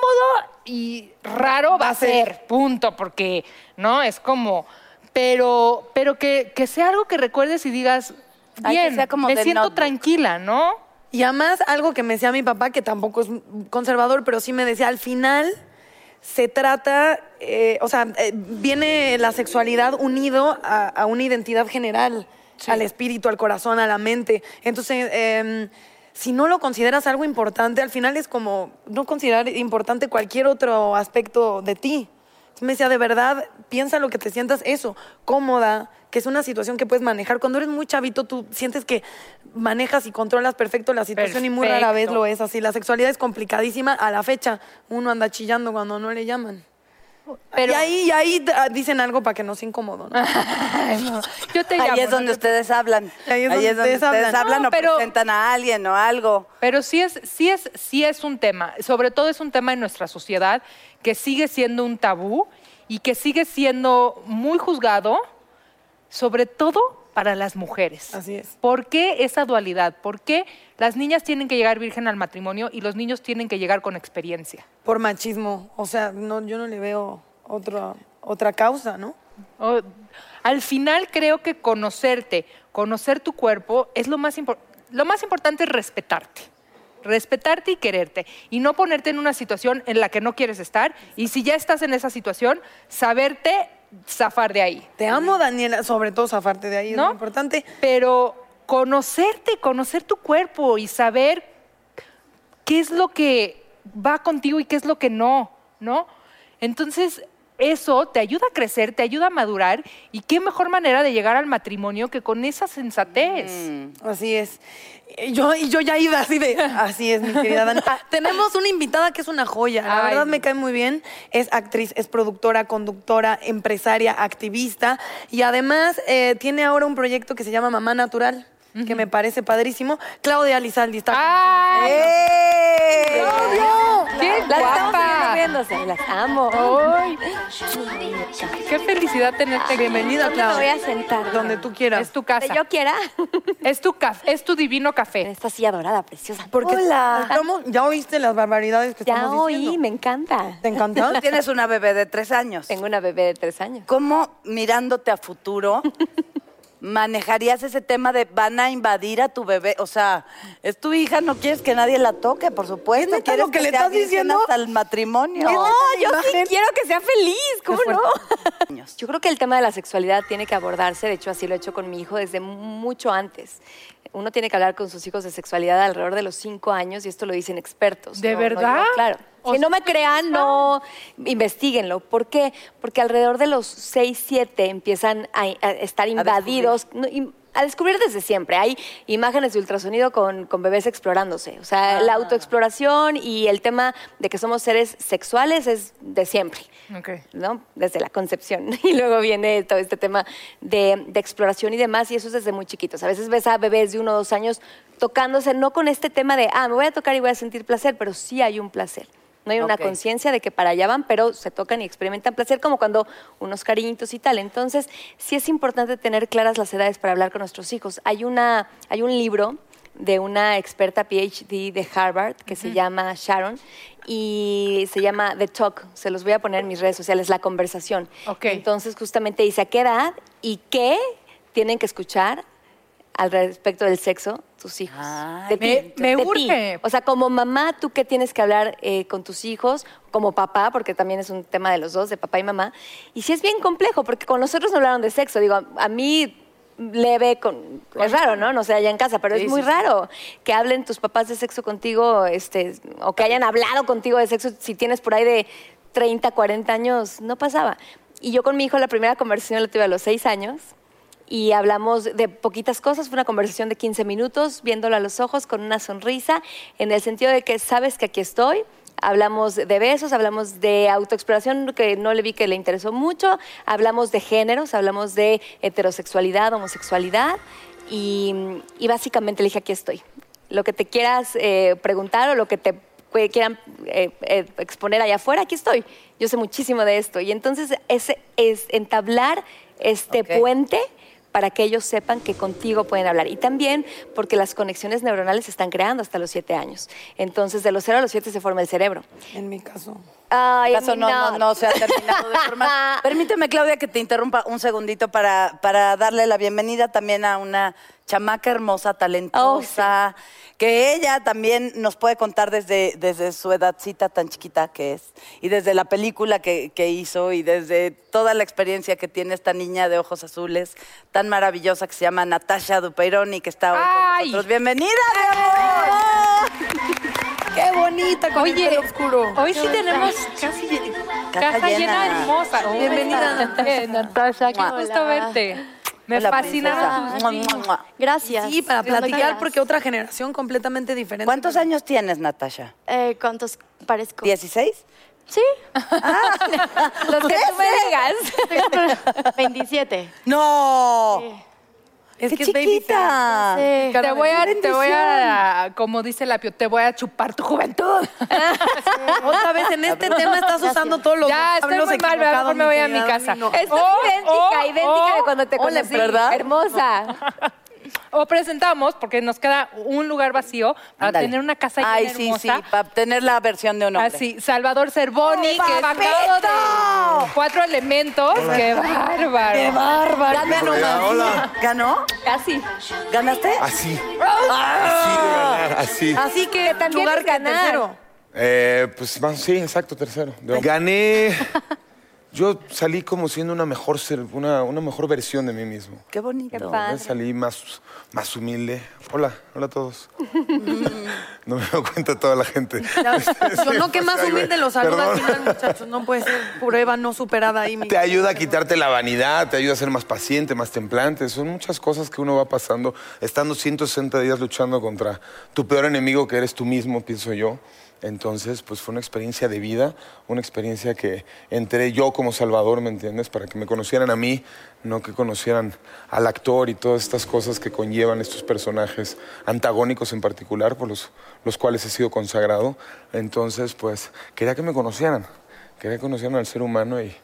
[SPEAKER 5] y raro va a ser, punto, porque, ¿no? Es como... Pero, pero que, que sea algo que recuerdes y digas,
[SPEAKER 4] Ay, que
[SPEAKER 5] bien,
[SPEAKER 4] sea como
[SPEAKER 5] me
[SPEAKER 4] de
[SPEAKER 5] siento
[SPEAKER 4] notebook.
[SPEAKER 5] tranquila, ¿no?
[SPEAKER 3] Y además, algo que me decía mi papá, que tampoco es conservador, pero sí me decía, al final se trata, eh, o sea, eh, viene la sexualidad unido a, a una identidad general, al espíritu, al corazón, a la mente. Entonces, eh, si no lo consideras algo importante, al final es como no considerar importante cualquier otro aspecto de ti. Entonces Me decía, de verdad, piensa lo que te sientas eso, cómoda, que es una situación que puedes manejar. Cuando eres muy chavito, tú sientes que manejas y controlas perfecto la situación y muy rara vez
[SPEAKER 5] Perfecto.
[SPEAKER 3] lo es así. La sexualidad es complicadísima a la fecha. Uno anda chillando cuando no le llaman.
[SPEAKER 5] Pero,
[SPEAKER 3] y ahí, y ahí ah, dicen algo para que no sea incómodo, ¿no?
[SPEAKER 5] Ay, no. Yo te llamo,
[SPEAKER 4] Ahí es
[SPEAKER 5] no te-
[SPEAKER 4] donde ustedes hablan. Ahí es donde, ustedes hablan,
[SPEAKER 5] No,
[SPEAKER 4] o
[SPEAKER 5] pero-
[SPEAKER 4] presentan a alguien o algo.
[SPEAKER 5] Pero sí es, sí es, sí es un tema. Sobre todo es un tema en nuestra sociedad que sigue siendo un tabú y que sigue siendo muy juzgado, sobre todo para las mujeres.
[SPEAKER 3] Así es.
[SPEAKER 5] ¿Por qué esa dualidad? ¿Por qué las niñas tienen que llegar virgen al matrimonio y los niños tienen que llegar con experiencia?
[SPEAKER 3] Por machismo. O sea, no, yo no le veo otra, otra causa, ¿no?
[SPEAKER 5] O- al final creo que conocerte, conocer tu cuerpo es lo más importante. Lo más importante es respetarte. Respetarte y quererte. Y no ponerte en una situación en la que no quieres estar. Y si ya estás en esa situación, saberte zafar de ahí.
[SPEAKER 3] Te amo, Daniela, sobre todo zafarte de ahí, es
[SPEAKER 5] ¿No?
[SPEAKER 3] muy importante.
[SPEAKER 5] Pero conocerte, conocer tu cuerpo y saber qué es lo que va contigo y qué es lo que no, ¿no? Entonces, eso te ayuda a crecer, te ayuda a madurar y qué mejor manera de llegar al matrimonio que con esa sensatez.
[SPEAKER 3] Mm. Así es. Y Yo, y yo ya iba así de. Así es, mi querida Dani. (laughs) Ah, tenemos una invitada que es una joya. La
[SPEAKER 5] Ay,
[SPEAKER 3] verdad
[SPEAKER 5] no.
[SPEAKER 3] me cae muy bien. Es actriz, es productora, conductora, empresaria, activista. Y además eh, tiene ahora un proyecto que se llama Mamá Natural, que me parece padrísimo. Claudia Lizaldi está. con
[SPEAKER 5] ¡Ay!
[SPEAKER 4] ¡Eh!
[SPEAKER 5] ¡Qué
[SPEAKER 7] Las estamos siguiendo
[SPEAKER 5] guapa!
[SPEAKER 7] riéndose, las amo.
[SPEAKER 5] ¡Ay! ¡Qué felicidad tenerte!
[SPEAKER 3] Bienvenida,
[SPEAKER 7] ¿Dónde me voy
[SPEAKER 3] Claudia.
[SPEAKER 7] a sentar?
[SPEAKER 3] Donde tú quieras.
[SPEAKER 5] Es tu casa.
[SPEAKER 7] Donde yo quiera.
[SPEAKER 5] Es tu, caf- es tu divino
[SPEAKER 7] En
[SPEAKER 5] café.
[SPEAKER 7] esta silla dorada, preciosa.
[SPEAKER 3] Porque
[SPEAKER 7] Hola.
[SPEAKER 3] estamos- ya oíste las barbaridades que
[SPEAKER 7] Ya
[SPEAKER 3] estamos
[SPEAKER 7] oí,
[SPEAKER 3] diciendo.
[SPEAKER 7] me encanta.
[SPEAKER 3] ¿Te encantó? (laughs)
[SPEAKER 4] Tú Tienes una bebé de tres años.
[SPEAKER 7] Tengo una bebé de tres años.
[SPEAKER 4] ¿Cómo mirándote a futuro manejarías ese tema de van a invadir a tu bebé? O sea, es tu hija, no quieres que nadie la toque, por
[SPEAKER 3] ¿Es
[SPEAKER 4] supuesto.
[SPEAKER 3] neta
[SPEAKER 4] quieres
[SPEAKER 3] lo que le
[SPEAKER 4] sea
[SPEAKER 3] estás
[SPEAKER 4] virgen
[SPEAKER 3] diciendo?
[SPEAKER 4] Hasta el matrimonio.
[SPEAKER 7] No, yo
[SPEAKER 3] imagen.
[SPEAKER 7] sí quiero que sea feliz, ¿cómo
[SPEAKER 4] Qué
[SPEAKER 7] no?
[SPEAKER 4] Años.
[SPEAKER 7] Yo creo que el tema de la sexualidad tiene que abordarse, de hecho así lo he hecho con mi hijo desde mucho antes. Uno tiene que hablar con sus hijos de sexualidad alrededor de los cinco años y esto lo dicen expertos.
[SPEAKER 5] ¿De
[SPEAKER 7] No, no yo,
[SPEAKER 5] verdad?
[SPEAKER 7] claro.
[SPEAKER 5] O
[SPEAKER 7] Que no
[SPEAKER 5] sea,
[SPEAKER 7] me crean, no investiguenlo. ¿Por qué? Porque alrededor de los seis, siete empiezan a, a estar invadidos. no, y- a descubrir desde siempre. Hay imágenes de ultrasonido con, con bebés explorándose. O sea,
[SPEAKER 5] Ah.
[SPEAKER 7] la autoexploración y el tema de que somos seres sexuales es de siempre.
[SPEAKER 5] Ok.
[SPEAKER 7] ¿no? Desde la concepción. (laughs) Y luego viene todo este tema de, de exploración y demás, y eso es desde muy chiquitos. A veces ves a bebés de uno o dos años tocándose, no con este tema de, ah, me voy a tocar y voy a sentir placer, pero sí hay un placer. No hay una
[SPEAKER 4] Ok.
[SPEAKER 7] conciencia de que para allá van, pero se tocan y experimentan placer, como cuando unos cariñitos y tal. Entonces, sí es importante tener claras las edades para hablar con nuestros hijos. Hay, una, hay un libro de una experta PhD de Harvard que se llama Sharon y se llama The Talk. Se los voy a poner en mis redes sociales, la conversación.
[SPEAKER 5] Ok.
[SPEAKER 7] Entonces, justamente dice a qué edad y qué tienen que escuchar al respecto del sexo tus hijos. De ti,
[SPEAKER 5] me- me
[SPEAKER 7] de ti.
[SPEAKER 5] urge.
[SPEAKER 7] O sea, como mamá, ¿tú qué tienes que hablar eh, con tus hijos? Como papá, porque también es un tema de los dos, de papá y mamá. Y sí es bien complejo, porque con nosotros no hablaron de sexo. Digo, a, a mí leve con... Es raro, ¿no? No sé, allá en casa, pero es muy raro que hablen tus papás de sexo contigo, este, o que hayan hablado contigo de sexo. Si tienes por ahí de 30, 40 años, no pasaba. Y yo con mi hijo la primera conversación la tuve a los 6 años y hablamos de poquitas cosas. Fue una conversación de 15 minutos, viéndolo a los ojos con una sonrisa, en el sentido de que sabes que aquí estoy. Hablamos de besos, hablamos de autoexploración, que no le vi que le interesó mucho. Hablamos de géneros, hablamos de heterosexualidad, homosexualidad. Y, y básicamente le dije, aquí estoy. Lo que te quieras eh, preguntar o lo que te que quieran eh, eh, exponer allá afuera, aquí estoy. Yo sé muchísimo de esto. Y entonces ese es entablar este
[SPEAKER 4] Ok.
[SPEAKER 7] puente para que ellos sepan que contigo pueden hablar. Y también porque las conexiones neuronales se están creando hasta los siete años. Entonces, de los 0 a los 7 se forma el cerebro.
[SPEAKER 3] En mi caso.
[SPEAKER 7] Ay,
[SPEAKER 4] Caso no, no, no se ha terminado de (laughs)
[SPEAKER 7] (laughs)
[SPEAKER 4] formar. Permíteme, Claudia, que te interrumpa un segundito para, para darle la bienvenida también a una chamaca hermosa, talentosa, que ella también nos puede contar desde, desde su edadcita tan chiquita que es, y desde la película que, que hizo, y desde toda la experiencia que tiene esta niña de ojos azules, tan maravillosa, que se llama Natasha Dupeironi, que está hoy
[SPEAKER 5] ¡Ay!
[SPEAKER 4] con nosotros. ¡Bienvenida, mi amor!
[SPEAKER 3] ¡Qué bonita! Con el
[SPEAKER 5] Oye,
[SPEAKER 3] pelo oscuro.
[SPEAKER 5] hoy sí tenemos casi lle- casa llena, hermosa.
[SPEAKER 3] Bienvenida.
[SPEAKER 5] Bien, Natasha, qué
[SPEAKER 4] Hola.
[SPEAKER 5] gusto verte. Me Ah,
[SPEAKER 4] Hola,
[SPEAKER 5] fascinaron
[SPEAKER 4] princesa.
[SPEAKER 5] tus
[SPEAKER 4] Mua, mua,
[SPEAKER 5] jeans.
[SPEAKER 4] mua.
[SPEAKER 7] Gracias.
[SPEAKER 3] Sí, para
[SPEAKER 7] Dios lo
[SPEAKER 3] platicar,
[SPEAKER 7] quiera.
[SPEAKER 3] porque otra generación completamente diferente.
[SPEAKER 4] ¿Cuántos años tienes, Natasha?
[SPEAKER 7] Eh, ¿Cuántos parezco?
[SPEAKER 4] ¿16?
[SPEAKER 7] Sí. Los que tú me digas.
[SPEAKER 5] (laughs)
[SPEAKER 8] 27.
[SPEAKER 4] ¡No!
[SPEAKER 3] Es
[SPEAKER 4] Oh. ¡Qué
[SPEAKER 3] que es baby
[SPEAKER 4] chiquita!
[SPEAKER 8] Sí.
[SPEAKER 5] Te voy, a, te voy a, como dice la pio, te voy a chupar tu (laughs) juventud.
[SPEAKER 3] face. Otra vez en este tema estás usando todos los
[SPEAKER 5] ya, estoy
[SPEAKER 3] vocablos
[SPEAKER 5] muy mal, ¿verdad?
[SPEAKER 3] equivocados,
[SPEAKER 5] mejor me voy a mi
[SPEAKER 3] querida
[SPEAKER 5] casa.
[SPEAKER 3] Dani, no.
[SPEAKER 7] Estoy
[SPEAKER 5] Oh,
[SPEAKER 7] idéntica,
[SPEAKER 5] oh,
[SPEAKER 7] idéntica de
[SPEAKER 5] oh.
[SPEAKER 7] cuando te
[SPEAKER 5] Ole,
[SPEAKER 7] conocí.
[SPEAKER 5] ¿verdad?
[SPEAKER 7] Hermosa.
[SPEAKER 5] O presentamos, porque nos queda un lugar vacío para
[SPEAKER 4] Ándale.
[SPEAKER 5] tener una casa llena
[SPEAKER 4] Ay, sí,
[SPEAKER 5] hermosa.
[SPEAKER 4] sí, para tener la versión de un hombre.
[SPEAKER 5] Así, Salvador Cervoni, que es de cuatro elementos. ¡Qué bárbaro!
[SPEAKER 3] ¡Qué bárbaro!
[SPEAKER 4] Ganó.
[SPEAKER 9] Hola, hola.
[SPEAKER 4] ¿Ganó?
[SPEAKER 7] Casi.
[SPEAKER 4] ¿Ganaste? Ah,
[SPEAKER 9] Así. Así de ganar, así.
[SPEAKER 3] Ah. Así que,
[SPEAKER 7] también
[SPEAKER 3] lugar
[SPEAKER 7] es ganar.
[SPEAKER 3] tercero.
[SPEAKER 9] Eh, pues más, sí, exacto, tercero. Gané (laughs) Yo salí como siendo una mejor, ser- una, una mejor versión de mí mismo.
[SPEAKER 4] Qué bonito.
[SPEAKER 9] No, Salí más, más humilde. Hola, hola a
[SPEAKER 4] (laughs)
[SPEAKER 9] todos. no me doy cuenta toda la gente.
[SPEAKER 3] Yo
[SPEAKER 9] (laughs)
[SPEAKER 3] no, que más
[SPEAKER 9] Ay, güey,
[SPEAKER 3] humilde los saluda al
[SPEAKER 9] perdón.
[SPEAKER 3] final, muchachos. No puede ser prueba no superada ahí. mi-
[SPEAKER 9] Te ayuda a quitarte la vanidad, te ayuda a ser más paciente, más templante. Son muchas cosas que uno va pasando, estando 160 días luchando contra tu peor enemigo, que eres tú mismo, pienso yo. Entonces, pues fue una experiencia de vida, una experiencia que entré yo como Salvador, ¿me entiendes? Para que me conocieran a mí, no que conocieran al actor y todas estas cosas que conllevan estos personajes antagónicos en particular, por los, los cuales he sido consagrado. Entonces, pues quería que me conocieran, quería que conocieran al ser humano y,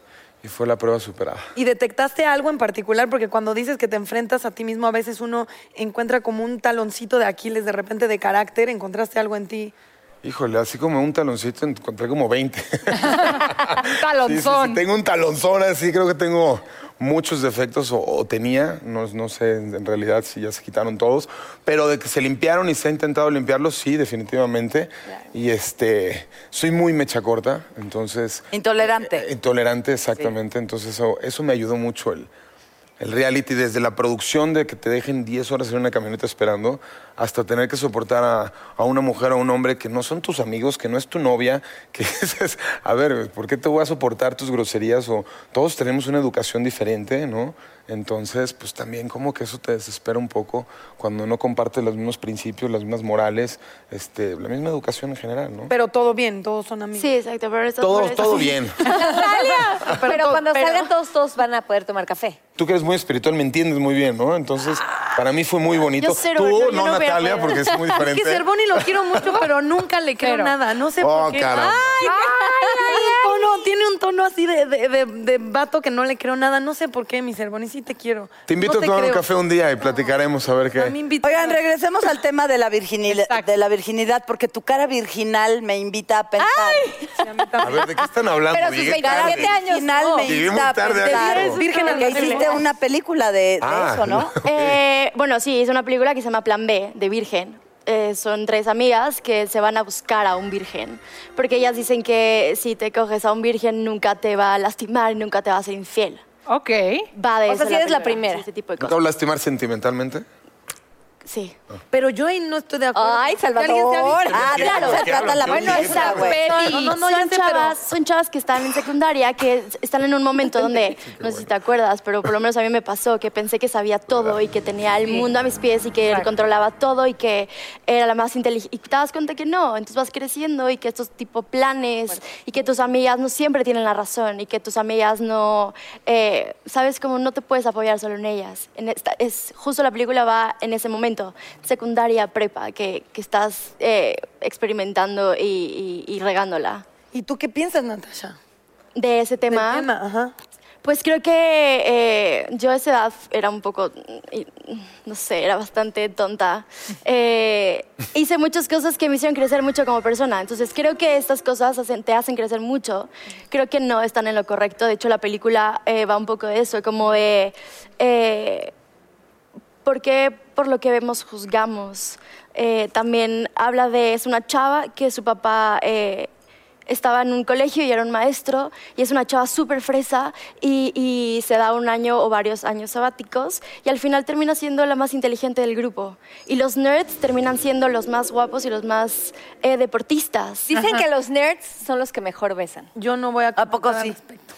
[SPEAKER 9] y fue la prueba superada.
[SPEAKER 3] ¿Y detectaste algo en particular? Porque cuando dices que te enfrentas a ti mismo, a veces uno encuentra como un taloncito de Aquiles de repente de carácter. ¿Encontraste algo en ti?
[SPEAKER 9] Híjole, así como un taloncito, encontré como 20. (laughs) Sí, sí, sí,
[SPEAKER 5] Talonzón.
[SPEAKER 9] tengo un talonzón así, creo que tengo muchos defectos, o, o tenía, no, no sé en en realidad si ya se quitaron todos, pero de que se limpiaron y se ha intentado limpiarlos, sí, definitivamente. Y este, soy muy mecha corta, entonces... eh,
[SPEAKER 4] Intolerante.
[SPEAKER 9] Intolerante, exactamente. Entonces eso, eso me ayudó mucho el, el reality, desde la producción de que te dejen 10 horas en una camioneta esperando, hasta tener que soportar a, a una mujer o a un hombre que no son tus amigos, que no es tu novia, que dices, a ver, ¿por qué te voy a soportar tus groserías? O todos tenemos una educación diferente, ¿no? Entonces, pues también como que eso te desespera un poco cuando no compartes los mismos principios, las mismas morales, este, la misma educación en general, ¿no?
[SPEAKER 3] Pero todo bien, todos son amigos.
[SPEAKER 7] Sí, exacto. Pero eso-
[SPEAKER 9] Todo,
[SPEAKER 7] por eso- (laughs)
[SPEAKER 9] todo bien.
[SPEAKER 7] Natalia, pero,
[SPEAKER 3] Pero-
[SPEAKER 7] cuando
[SPEAKER 3] pero-
[SPEAKER 7] salgan todos, todos van a poder tomar café.
[SPEAKER 9] Tú que eres muy espiritual, me entiendes muy bien, ¿no? Entonces,
[SPEAKER 8] Ah.
[SPEAKER 9] para mí fue muy bonito.
[SPEAKER 7] Yo cero,
[SPEAKER 9] Tú,
[SPEAKER 7] no,
[SPEAKER 9] no,
[SPEAKER 7] yo no voy a
[SPEAKER 9] Natalia,
[SPEAKER 7] poder.
[SPEAKER 9] porque es muy
[SPEAKER 8] (laughs)
[SPEAKER 3] Es
[SPEAKER 9] diferente.
[SPEAKER 3] que Cervoni lo quiero mucho, pero nunca le creo
[SPEAKER 5] Pero-
[SPEAKER 3] nada. No sé
[SPEAKER 9] Oh,
[SPEAKER 3] por qué.
[SPEAKER 9] cara.
[SPEAKER 3] Tiene un tono- tiene un tono así de, de, de- de vato que no le creo nada. No sé por qué, mi Cervoni, sí te quiero.
[SPEAKER 9] Te invito
[SPEAKER 3] No
[SPEAKER 9] a tomar
[SPEAKER 3] creo.
[SPEAKER 9] un café un día y platicaremos a ver qué.
[SPEAKER 3] A mí invita-
[SPEAKER 4] Oigan, regresemos al tema de la, virginil- de la virginidad, porque tu cara virginal me invita a pensar.
[SPEAKER 9] A ver, ¿de qué están hablando?
[SPEAKER 7] Pero sus
[SPEAKER 9] Llegué
[SPEAKER 7] 27
[SPEAKER 9] tarde.
[SPEAKER 7] años.
[SPEAKER 4] Final
[SPEAKER 7] no.
[SPEAKER 4] me
[SPEAKER 9] Llegué
[SPEAKER 4] invita
[SPEAKER 9] muy
[SPEAKER 4] a
[SPEAKER 9] tarde a
[SPEAKER 4] pensar.
[SPEAKER 9] esto. Eres
[SPEAKER 3] virgen
[SPEAKER 4] Porque
[SPEAKER 3] al
[SPEAKER 4] hiciste
[SPEAKER 3] cielo.
[SPEAKER 4] una película de, de
[SPEAKER 9] Ah,
[SPEAKER 4] eso, ¿no?
[SPEAKER 9] (laughs) ok.
[SPEAKER 8] Eh, bueno, sí, es una película que se llama Plan B, de Virgen. Eh, son tres amigas que se van a buscar a un virgen, porque ellas dicen que si te coges a un virgen nunca te va a lastimar, nunca te va a ser infiel.
[SPEAKER 5] Ok.
[SPEAKER 8] Va de
[SPEAKER 7] O
[SPEAKER 8] eso
[SPEAKER 7] sea, sí eres la primera.
[SPEAKER 8] sí, ese tipo de
[SPEAKER 9] ¿No te
[SPEAKER 8] cosas.
[SPEAKER 9] va a lastimar sentimentalmente?
[SPEAKER 8] Sí.
[SPEAKER 3] Pero yo ahí no estoy de acuerdo.
[SPEAKER 7] Ay,
[SPEAKER 3] ¿Que alguien se ha
[SPEAKER 7] Salvador.
[SPEAKER 3] visto?
[SPEAKER 4] Ah, de
[SPEAKER 9] Claro.
[SPEAKER 4] eso se trata la
[SPEAKER 9] Bueno,
[SPEAKER 4] película,
[SPEAKER 9] esa
[SPEAKER 4] güey.
[SPEAKER 8] Son-
[SPEAKER 3] no, no, ya
[SPEAKER 8] son,
[SPEAKER 3] sé, pero-
[SPEAKER 8] chavas, son chavas que están en secundaria, que están en un momento donde, no sé si te acuerdas, pero por lo menos a mí me pasó que pensé que sabía todo y que tenía el mundo a mis pies y que controlaba todo y que era la más inteligente. Y te das cuenta que no, entonces vas creciendo y que estos tipo planes y que tus amigas no siempre tienen la razón y que tus amigas no, eh, sabes, como no te puedes apoyar solo en ellas. En esta- es justo la película va en ese momento, secundaria, prepa, que, que estás eh, experimentando y- y- y regándola
[SPEAKER 3] ¿Y tú qué piensas, Natasha?
[SPEAKER 8] de ese
[SPEAKER 3] Del
[SPEAKER 8] tema,
[SPEAKER 3] tema, ajá.
[SPEAKER 8] pues creo que eh, yo a esa edad era un poco, mm, y- no sé, era bastante tonta. Eh, hice muchas cosas que me hicieron crecer mucho como persona, entonces creo que estas cosas hacen- te hacen crecer mucho. Creo que no están en lo correcto, de hecho la película eh, va un poco de eso, como de... eh, ¿Por qué por lo que vemos juzgamos? Eh, también habla de, es una chava que su papá eh, estaba en un colegio y era un maestro, y es una chava súper fresa y, y se da un año o varios años sabáticos, y al final termina siendo la más inteligente del grupo. Y los nerds terminan siendo los más guapos y los más eh, deportistas.
[SPEAKER 7] Dicen que los nerds son los que mejor besan.
[SPEAKER 3] Yo no voy a...
[SPEAKER 4] ¿A poco
[SPEAKER 3] comentar al
[SPEAKER 4] sí?
[SPEAKER 3] respecto.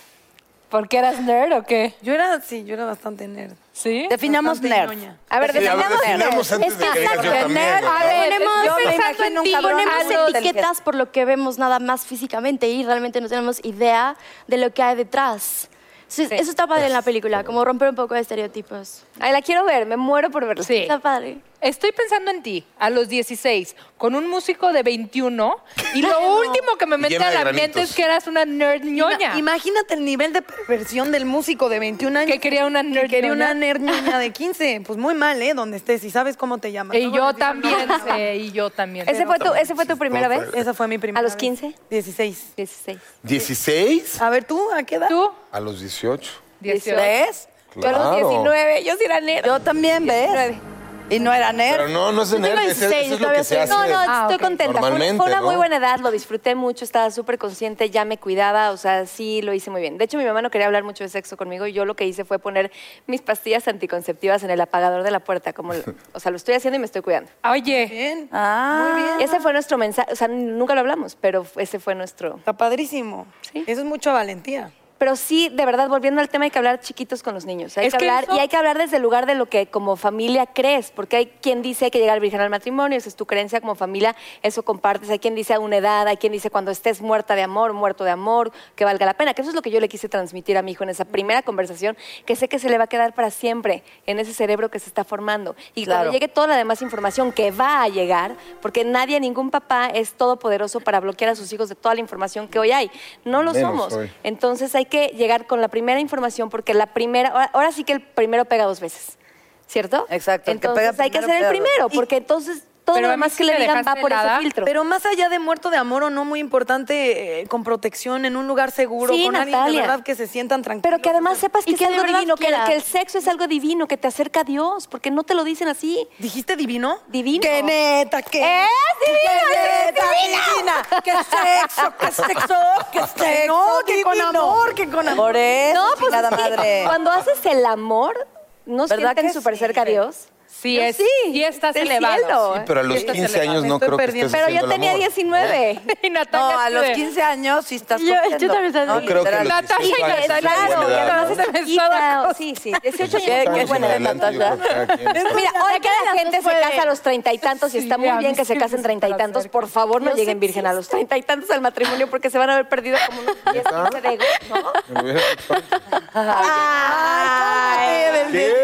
[SPEAKER 2] ¿Por qué eras nerd o qué?
[SPEAKER 3] Yo era, sí, yo era bastante nerd.
[SPEAKER 2] ¿Sí?
[SPEAKER 4] Definamos
[SPEAKER 3] Bastante
[SPEAKER 4] nerd.
[SPEAKER 3] ñoña.
[SPEAKER 7] A ver,
[SPEAKER 9] Sí, a ver,
[SPEAKER 7] definamos nerds.
[SPEAKER 9] definamos antes de que digas yo también.
[SPEAKER 7] nerd,
[SPEAKER 9] ¿no?
[SPEAKER 7] a ver,
[SPEAKER 8] ponemos,
[SPEAKER 7] yo me
[SPEAKER 8] pensando
[SPEAKER 7] imagino
[SPEAKER 8] en
[SPEAKER 7] un
[SPEAKER 8] ti,
[SPEAKER 7] cabrón alto,
[SPEAKER 8] ponemos
[SPEAKER 7] inteligente.
[SPEAKER 8] etiquetas por lo que vemos nada más físicamente y realmente no tenemos idea de lo que hay detrás. Entonces, Eso está padre en la película, como romper un poco de estereotipos.
[SPEAKER 7] Ay, la quiero ver, me muero por verla.
[SPEAKER 2] Sí.
[SPEAKER 8] Está padre.
[SPEAKER 5] Estoy pensando en ti, a los 16, con un músico de 21, y lo último que me mete
[SPEAKER 9] Llena
[SPEAKER 5] a
[SPEAKER 9] de
[SPEAKER 5] la
[SPEAKER 9] granitos.
[SPEAKER 5] mente es que eras una nerd ñoña.
[SPEAKER 3] Ima- Imagínate el nivel de perversión del músico de 21 años.
[SPEAKER 5] Que quería una nerd
[SPEAKER 3] Que quería
[SPEAKER 5] ñoña.
[SPEAKER 3] una nerd
[SPEAKER 7] (laughs)
[SPEAKER 3] ñoña de 15. Pues muy mal, ¿eh? Donde estés. Y sabes cómo te llamas.
[SPEAKER 5] y
[SPEAKER 3] Luego
[SPEAKER 5] yo
[SPEAKER 3] les digo,
[SPEAKER 5] también
[SPEAKER 3] no, no.
[SPEAKER 5] sé, y yo también.
[SPEAKER 7] ¿Ese fue, tu, ¿Ese fue tu primera vez?
[SPEAKER 3] Esa fue mi primera
[SPEAKER 7] ¿A los
[SPEAKER 3] vez.
[SPEAKER 7] 15?
[SPEAKER 3] 16.
[SPEAKER 7] 16.
[SPEAKER 9] 16
[SPEAKER 3] A ver, ¿tú a qué edad?
[SPEAKER 5] ¿Tú?
[SPEAKER 9] a los 18.
[SPEAKER 5] 18.
[SPEAKER 4] ¿Ves?
[SPEAKER 7] Yo a los
[SPEAKER 9] Claro.
[SPEAKER 7] 19, yo sí era nerd.
[SPEAKER 4] Yo también, ¿ves? Y no era nerd.
[SPEAKER 9] Pero no, no es de
[SPEAKER 7] Yo tengo
[SPEAKER 9] nerd, es, es
[SPEAKER 7] 16,
[SPEAKER 9] lo que
[SPEAKER 7] todavía
[SPEAKER 9] se
[SPEAKER 7] soy-
[SPEAKER 9] hace.
[SPEAKER 7] No, no, estoy
[SPEAKER 9] ok.
[SPEAKER 7] contenta. Fue- Fue,
[SPEAKER 9] Normalmente,
[SPEAKER 7] una muy
[SPEAKER 9] ¿no?
[SPEAKER 7] buena edad, lo disfruté mucho, estaba súper consciente, ya me cuidaba, o sea, sí lo hice muy bien. De hecho, mi mamá no quería hablar mucho de sexo conmigo y yo lo que hice fue poner mis pastillas anticonceptivas en el apagador de la puerta,
[SPEAKER 9] (laughs)
[SPEAKER 7] como, lo- o sea, lo estoy haciendo y me estoy cuidando.
[SPEAKER 5] Oye.
[SPEAKER 3] ¿Eh?
[SPEAKER 7] Ah, Ese fue nuestro mensaje, o sea, nunca lo hablamos, pero ese fue nuestro.
[SPEAKER 3] Está padrísimo. Eso es mucha valentía.
[SPEAKER 7] Pero sí, de verdad, volviendo al tema, hay que hablar chiquitos con los niños. Hay
[SPEAKER 5] Es
[SPEAKER 7] que
[SPEAKER 5] que
[SPEAKER 7] hablar,
[SPEAKER 5] eso-
[SPEAKER 7] Y hay que hablar desde el lugar de lo que como familia crees, porque hay quien dice hay que llegar virgen al matrimonio, esa es tu creencia como familia, eso compartes. Hay quien dice a una edad, hay quien dice cuando estés muerta de amor, muerto de amor, que valga la pena. Que eso es lo que yo le quise transmitir a mi hijo en esa primera conversación, que sé que se le va a quedar para siempre en ese cerebro que se está formando. Y
[SPEAKER 4] Claro.
[SPEAKER 7] cuando llegue toda la demás información que va a llegar, porque nadie, ningún papá es todopoderoso para bloquear a sus hijos de toda la información que hoy hay. No lo
[SPEAKER 10] Menos
[SPEAKER 7] somos.
[SPEAKER 10] hoy.
[SPEAKER 7] Entonces hay que llegar con la primera información porque la primera, ahora, ahora sí que el primero pega dos veces, ¿cierto? Exacto.
[SPEAKER 4] el que
[SPEAKER 7] Entonces
[SPEAKER 4] pega
[SPEAKER 7] hay que
[SPEAKER 4] primero
[SPEAKER 7] hacer el
[SPEAKER 4] pega dos.
[SPEAKER 7] primero porque entonces todo lo demás que le digan va por ese filtro.
[SPEAKER 3] Pero más allá de muerto de amor o no, muy importante, eh, con protección, en un lugar seguro,
[SPEAKER 7] Sí,
[SPEAKER 3] con alguien de
[SPEAKER 7] Natalia.
[SPEAKER 3] verdad que se sientan tranquilos.
[SPEAKER 7] Pero que además sepas que,
[SPEAKER 3] Y que
[SPEAKER 7] es
[SPEAKER 3] de
[SPEAKER 7] algo
[SPEAKER 3] verdad
[SPEAKER 7] divino, que,
[SPEAKER 3] quieras.
[SPEAKER 7] que el sexo es algo divino, que te acerca a Dios, porque no te lo dicen así.
[SPEAKER 3] ¿Dijiste divino? ¿Eh?
[SPEAKER 7] Divino.
[SPEAKER 3] ¡Qué neta, qué!
[SPEAKER 7] ¡Es
[SPEAKER 3] ¡Qué
[SPEAKER 7] divino! es
[SPEAKER 3] neta,
[SPEAKER 7] divino!
[SPEAKER 3] divina! ¡Qué sexo, (laughs) qué sexo! ¡Qué sexo! No, que con amor, que con amor.
[SPEAKER 4] Por eso,
[SPEAKER 7] No, pues
[SPEAKER 4] chingada
[SPEAKER 7] es que
[SPEAKER 4] madre.
[SPEAKER 7] cuando haces el amor, ¿no
[SPEAKER 4] ¿Verdad
[SPEAKER 7] sienten
[SPEAKER 4] que
[SPEAKER 7] súper
[SPEAKER 4] sí?
[SPEAKER 7] cerca a Dios?
[SPEAKER 5] Sí,
[SPEAKER 7] Yo
[SPEAKER 5] es,
[SPEAKER 7] sí,
[SPEAKER 5] y estás
[SPEAKER 7] del
[SPEAKER 5] elevado.
[SPEAKER 7] cielo.
[SPEAKER 9] Sí, pero a los
[SPEAKER 7] Estás
[SPEAKER 9] 15
[SPEAKER 7] elevado.
[SPEAKER 9] años
[SPEAKER 7] Me
[SPEAKER 9] no
[SPEAKER 7] estoy
[SPEAKER 9] creo que
[SPEAKER 7] perdiendo.
[SPEAKER 9] estés
[SPEAKER 7] Pero yo
[SPEAKER 9] haciendo el
[SPEAKER 7] tenía
[SPEAKER 9] amor. ¿Eh?
[SPEAKER 7] 19.
[SPEAKER 5] (laughs) Y
[SPEAKER 4] No,
[SPEAKER 5] Natalia
[SPEAKER 4] a los
[SPEAKER 5] escribe,
[SPEAKER 4] 15 años sí estás
[SPEAKER 7] Yo- yo
[SPEAKER 4] cogiendo.
[SPEAKER 7] también estaba-
[SPEAKER 4] No,
[SPEAKER 9] Yo creo que
[SPEAKER 4] literal.
[SPEAKER 9] los
[SPEAKER 5] Natalia y
[SPEAKER 9] 18 años es
[SPEAKER 5] Natalia,
[SPEAKER 9] buena
[SPEAKER 5] ya
[SPEAKER 9] edad,
[SPEAKER 5] conoces
[SPEAKER 9] ¿no?
[SPEAKER 5] a Mesada.
[SPEAKER 7] Sí, sí, 18
[SPEAKER 9] 18
[SPEAKER 7] años.
[SPEAKER 9] años
[SPEAKER 7] Qué buena
[SPEAKER 9] en
[SPEAKER 7] de
[SPEAKER 9] adelante, yo creo que cada quien está-
[SPEAKER 7] Mira, hoy que la gente se casa a los treinta y tantos y está muy
[SPEAKER 5] a mí
[SPEAKER 7] bien que
[SPEAKER 5] sí
[SPEAKER 7] se
[SPEAKER 5] me
[SPEAKER 7] casen
[SPEAKER 5] gusta
[SPEAKER 7] treinta y
[SPEAKER 5] la
[SPEAKER 7] tantos,
[SPEAKER 5] cerca.
[SPEAKER 7] por favor no
[SPEAKER 8] Yo
[SPEAKER 7] lleguen
[SPEAKER 8] sí
[SPEAKER 7] virgen a los treinta y tantos al matrimonio porque se van a haber perdido como unos 10, 15 de ego, ¿no?
[SPEAKER 9] Me hubiera gustado. ¿Qué?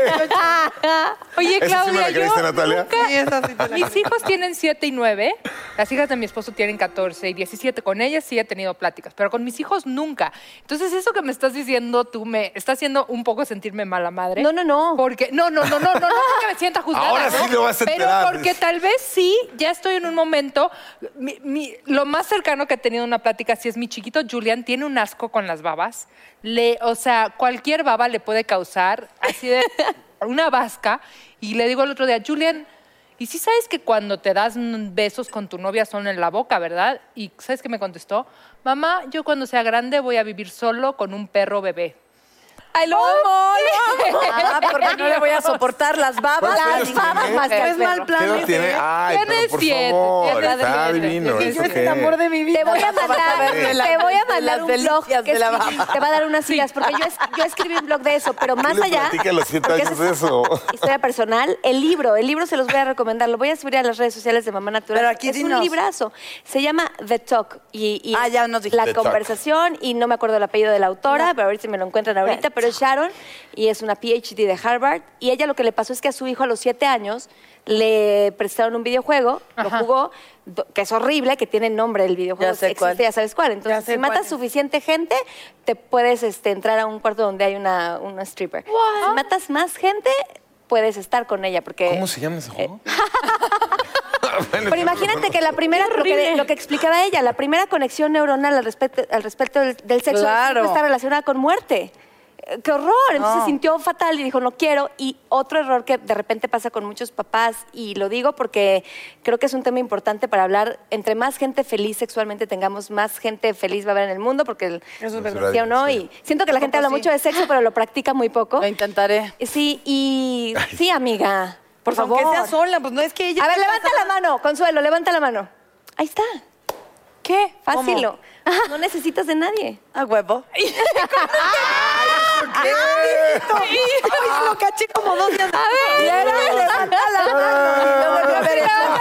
[SPEAKER 5] Oye,
[SPEAKER 9] ¿Esa sí me
[SPEAKER 5] Claudia,
[SPEAKER 9] la creíste,
[SPEAKER 5] yo
[SPEAKER 9] Natalia?
[SPEAKER 3] (laughs)
[SPEAKER 5] nunca- Mis hijos tienen 7 y 9, las hijas de mi esposo tienen 14 y 17. Con ellas sí he tenido pláticas, pero con mis hijos nunca. Entonces, eso que me estás diciendo tú me está haciendo un poco sentirme mala madre.
[SPEAKER 7] No, no, no.
[SPEAKER 5] Porque, no, no, no, no, no, no porque me sienta juzgada.
[SPEAKER 9] Ahora sí
[SPEAKER 5] ¿no?
[SPEAKER 9] lo vas a
[SPEAKER 5] Pero
[SPEAKER 9] enterar.
[SPEAKER 5] porque tal vez sí, ya estoy en un momento. mi- mi- lo más cercano que he tenido una plática, si es mi chiquito Julian, tiene un asco con las babas. Le, o sea, cualquier baba le puede causar así de (laughs) una vasca. Y le digo al otro día, Julian, y sí sabes que cuando te das mm, besos con tu novia son en la boca, ¿verdad? Y sabes que me contestó, mamá, yo cuando sea grande voy a vivir solo con un perro bebé.
[SPEAKER 7] ¡Ay, lo amo! lo amo.
[SPEAKER 4] Ah, porque no le voy a soportar las
[SPEAKER 9] ¿Cuántos
[SPEAKER 4] babas. a
[SPEAKER 9] años
[SPEAKER 4] ningún
[SPEAKER 9] tiene?
[SPEAKER 7] más que
[SPEAKER 4] perro.
[SPEAKER 7] al
[SPEAKER 3] Es mal
[SPEAKER 9] ¿Qué
[SPEAKER 3] plan.
[SPEAKER 9] edad tiene? Ah, Ay,
[SPEAKER 5] Tiene
[SPEAKER 9] pero por
[SPEAKER 5] siete,
[SPEAKER 9] favor,
[SPEAKER 5] tiene
[SPEAKER 9] está
[SPEAKER 5] siete.
[SPEAKER 9] divino. ¿eso
[SPEAKER 5] Sí,
[SPEAKER 3] Yo es el
[SPEAKER 9] qué?
[SPEAKER 3] amor de mi vida.
[SPEAKER 7] Te voy a
[SPEAKER 4] vas a
[SPEAKER 7] mandar,
[SPEAKER 4] ver de la-
[SPEAKER 7] te voy a
[SPEAKER 4] de
[SPEAKER 7] mandar
[SPEAKER 4] las
[SPEAKER 7] un blog
[SPEAKER 4] delicias
[SPEAKER 7] que
[SPEAKER 4] de la
[SPEAKER 7] escribí.
[SPEAKER 4] baba.
[SPEAKER 7] te va a dar unas sillas, porque yo, es- yo escribí un blog de eso, pero
[SPEAKER 9] ¿Qué
[SPEAKER 7] más
[SPEAKER 9] le
[SPEAKER 7] allá.
[SPEAKER 9] platica a los siete
[SPEAKER 7] porque
[SPEAKER 9] años
[SPEAKER 7] esa
[SPEAKER 9] de
[SPEAKER 7] es
[SPEAKER 9] eso?
[SPEAKER 7] Historia personal, el libro, el libro se los voy a recomendar, lo voy a subir a las redes sociales de Mamá Natural.
[SPEAKER 4] Pero aquí
[SPEAKER 7] es un
[SPEAKER 4] dinos.
[SPEAKER 7] librazo. Se llama The Talk y, y
[SPEAKER 4] Ah, ya nos dijiste.
[SPEAKER 7] la
[SPEAKER 9] The Talk.
[SPEAKER 7] conversación y no me acuerdo el apellido de la autora, pero a ver si me lo encuentran ahorita, pero es Sharon y es una PhD de Harvard y ella lo que le pasó es que a su hijo a los siete años le prestaron un videojuego, lo jugó, do- que es horrible, que tiene nombre el videojuego,
[SPEAKER 4] Ya sé
[SPEAKER 7] existe,
[SPEAKER 4] cuál.
[SPEAKER 7] ya sabes cuál.
[SPEAKER 3] Ya
[SPEAKER 7] Entonces,
[SPEAKER 3] sé
[SPEAKER 7] si matas
[SPEAKER 3] cuál es.
[SPEAKER 7] suficiente gente, te puedes este, entrar a un cuarto donde hay una, una stripper. Si matas más gente, puedes estar con ella, porque...
[SPEAKER 9] ¿Cómo se llama ese juego? Bueno,
[SPEAKER 7] Pero imagínate que la primera, lo que, lo que explicaba ella, la primera conexión neuronal al respecto, al respecto del, del sexo
[SPEAKER 4] Claro.
[SPEAKER 7] está relacionada con muerte. Eh, ¡Qué horror! Entonces se sintió fatal y dijo, no quiero. Y otro error que de repente pasa con muchos papás, y lo digo porque creo que es un tema importante para hablar, entre más gente feliz sexualmente tengamos, más gente feliz va a haber en el mundo, porque el,
[SPEAKER 3] Eso es
[SPEAKER 9] verdad.
[SPEAKER 7] ¿sí o no?
[SPEAKER 9] Sí.
[SPEAKER 7] Y siento que la gente habla
[SPEAKER 4] sí.
[SPEAKER 7] mucho de sexo, pero lo practica muy poco.
[SPEAKER 4] Lo intentaré.
[SPEAKER 7] Sí, y sí, amiga, por
[SPEAKER 3] Pues
[SPEAKER 7] favor.
[SPEAKER 3] Aunque sea sola, pues no es que ella...
[SPEAKER 7] A ver, levanta la mano, Consuelo, levanta la mano. Ahí está. ¿Qué? Fácil.
[SPEAKER 3] ¿Cómo?
[SPEAKER 7] No necesitas de (laughs) nadie.
[SPEAKER 4] A
[SPEAKER 3] (laughs)
[SPEAKER 4] huevo.
[SPEAKER 3] Ay, Ah, lo caché como dos días. A (laughs)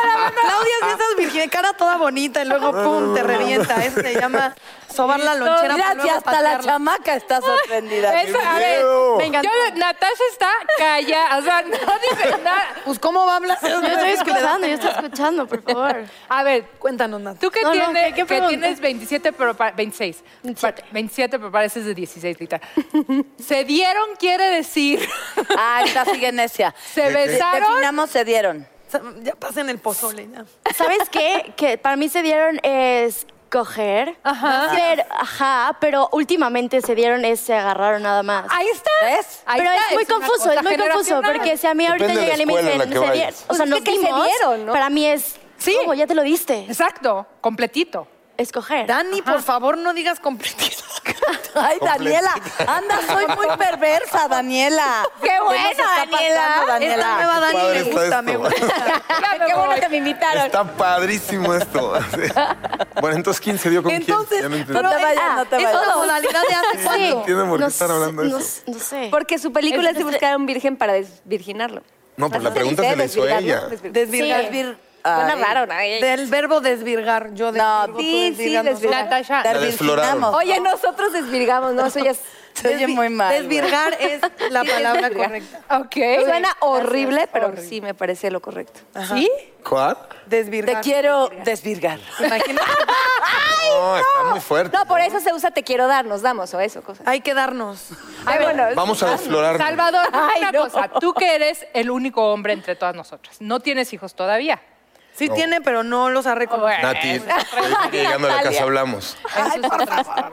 [SPEAKER 3] Claudia, si estás virgen, cara toda bonita y luego pum,
[SPEAKER 9] Ah.
[SPEAKER 3] te revienta. Eso se llama sobar la lonchera. para
[SPEAKER 4] Mira,
[SPEAKER 3] pues
[SPEAKER 4] si
[SPEAKER 3] luego
[SPEAKER 4] hasta la
[SPEAKER 3] patearla.
[SPEAKER 4] chamaca está sorprendida.
[SPEAKER 5] Eso, a ver,
[SPEAKER 9] miedo!
[SPEAKER 5] venga, yo- Natasha está callada, o sea, no (laughs) dice nada.
[SPEAKER 3] Pues, ¿cómo va a hablar?
[SPEAKER 8] Yo estoy escuchando, yo estoy escuchando, por favor.
[SPEAKER 5] A ver,
[SPEAKER 3] Cuéntanos, Nat.
[SPEAKER 5] tú que,
[SPEAKER 8] No, no,
[SPEAKER 5] tienes,
[SPEAKER 8] ¿qué- qué
[SPEAKER 5] que
[SPEAKER 8] pregunta?
[SPEAKER 5] tienes 27, pero pa- 26. Pa- 27, pero pareces de 16, literal. Se dieron, quiere decir.
[SPEAKER 4] Ah, esta sigue necia.
[SPEAKER 5] (laughs) Se besaron.
[SPEAKER 4] Definamos, se dieron.
[SPEAKER 3] (laughs) Ya pasen el pozole, ya.
[SPEAKER 8] ¿Sabes qué? Que para mí se dieron es coger. Ajá. ajá, pero últimamente se dieron es, se agarraron nada más.
[SPEAKER 5] Ahí está.
[SPEAKER 8] ¿Ves? pero
[SPEAKER 5] está,
[SPEAKER 8] es muy
[SPEAKER 5] es una
[SPEAKER 8] confuso,
[SPEAKER 5] cosa
[SPEAKER 8] es muy confuso,
[SPEAKER 5] generacional.
[SPEAKER 8] porque si a mí ahorita
[SPEAKER 5] Depende de la
[SPEAKER 8] llegan y me
[SPEAKER 5] escuela en
[SPEAKER 8] dicen,
[SPEAKER 5] la que
[SPEAKER 8] se
[SPEAKER 5] vayas.
[SPEAKER 8] dieron, o
[SPEAKER 5] Pues
[SPEAKER 8] sea,
[SPEAKER 5] es
[SPEAKER 8] nos
[SPEAKER 5] que se
[SPEAKER 8] vimos,
[SPEAKER 5] dieron, ¿no?
[SPEAKER 8] para mí es, sí. ¿cómo? Ya te lo diste.
[SPEAKER 5] Exacto, completito.
[SPEAKER 8] Escoger.
[SPEAKER 3] Dani, por favor, no digas completito.
[SPEAKER 4] Ay, Daniela, anda, soy muy perversa, Daniela.
[SPEAKER 3] Qué
[SPEAKER 4] nos
[SPEAKER 3] buena,
[SPEAKER 4] está
[SPEAKER 3] Daniela.
[SPEAKER 4] pasando,
[SPEAKER 3] Esta nueva Dani
[SPEAKER 9] padre
[SPEAKER 3] me
[SPEAKER 9] está
[SPEAKER 3] gusta,
[SPEAKER 9] esto.
[SPEAKER 3] me
[SPEAKER 9] (laughs)
[SPEAKER 3] gusta.
[SPEAKER 8] Qué bueno que me invitaron.
[SPEAKER 9] Está padrísimo esto. bueno, entonces, ¿quién se dio con
[SPEAKER 3] Entonces,
[SPEAKER 9] quién? Ya no entendí.
[SPEAKER 4] pero No te vayas, no te
[SPEAKER 8] es
[SPEAKER 4] vayas.
[SPEAKER 8] todo.
[SPEAKER 3] modalidad de hace
[SPEAKER 8] Sí.
[SPEAKER 9] No entiendo por qué están hablando de
[SPEAKER 8] no,
[SPEAKER 9] eso.
[SPEAKER 8] no sé.
[SPEAKER 7] Porque su película es de buscar a un virgen para desvirginarlo.
[SPEAKER 9] No, pues la pregunta
[SPEAKER 7] Dice
[SPEAKER 9] se la hizo
[SPEAKER 7] desvirgar,
[SPEAKER 9] ella.
[SPEAKER 7] ¿no? Desvirgar.
[SPEAKER 3] Desvirgar.
[SPEAKER 8] Sí.
[SPEAKER 3] vir-
[SPEAKER 7] Suena
[SPEAKER 3] Ay.
[SPEAKER 7] raro, ¿no? Ay, ay.
[SPEAKER 3] Del verbo desvirgar, yo
[SPEAKER 4] No,
[SPEAKER 3] desvirgo, tú
[SPEAKER 7] sí,
[SPEAKER 3] desvirgas,
[SPEAKER 7] sí,
[SPEAKER 3] nosotros.
[SPEAKER 7] desvirgar.
[SPEAKER 5] Natasha,
[SPEAKER 9] La desfloraron.
[SPEAKER 7] Oye, nosotros desvirgamos, no, eso ya es-
[SPEAKER 4] Se oye
[SPEAKER 3] Desvi-
[SPEAKER 4] muy mal. güey. (laughs)
[SPEAKER 3] Desvirgar es la palabra correcta.
[SPEAKER 5] Ok.
[SPEAKER 7] Suena horrible, pero sí me parece
[SPEAKER 9] (laughs)
[SPEAKER 7] lo correcto.
[SPEAKER 5] ¿Sí?
[SPEAKER 9] ¿Cuál?
[SPEAKER 3] Desvirgar.
[SPEAKER 4] Te quiero desvirgar.
[SPEAKER 3] Imagínate.
[SPEAKER 9] No, está muy fuerte.
[SPEAKER 7] No, por eso se usa te quiero dar, nos damos o eso, cosas.
[SPEAKER 3] Hay que darnos.
[SPEAKER 7] Ay, bueno,
[SPEAKER 9] Vamos a desflorar.
[SPEAKER 5] Salvador,
[SPEAKER 7] Ay,
[SPEAKER 5] una
[SPEAKER 7] no.
[SPEAKER 5] cosa, tú que eres el único hombre entre todas nosotras, no tienes hijos todavía.
[SPEAKER 3] Sí
[SPEAKER 9] No.
[SPEAKER 3] tiene, pero no los ha reconocido.
[SPEAKER 9] Nati, que llegando a la casa hablamos.
[SPEAKER 5] Eso es otra historia.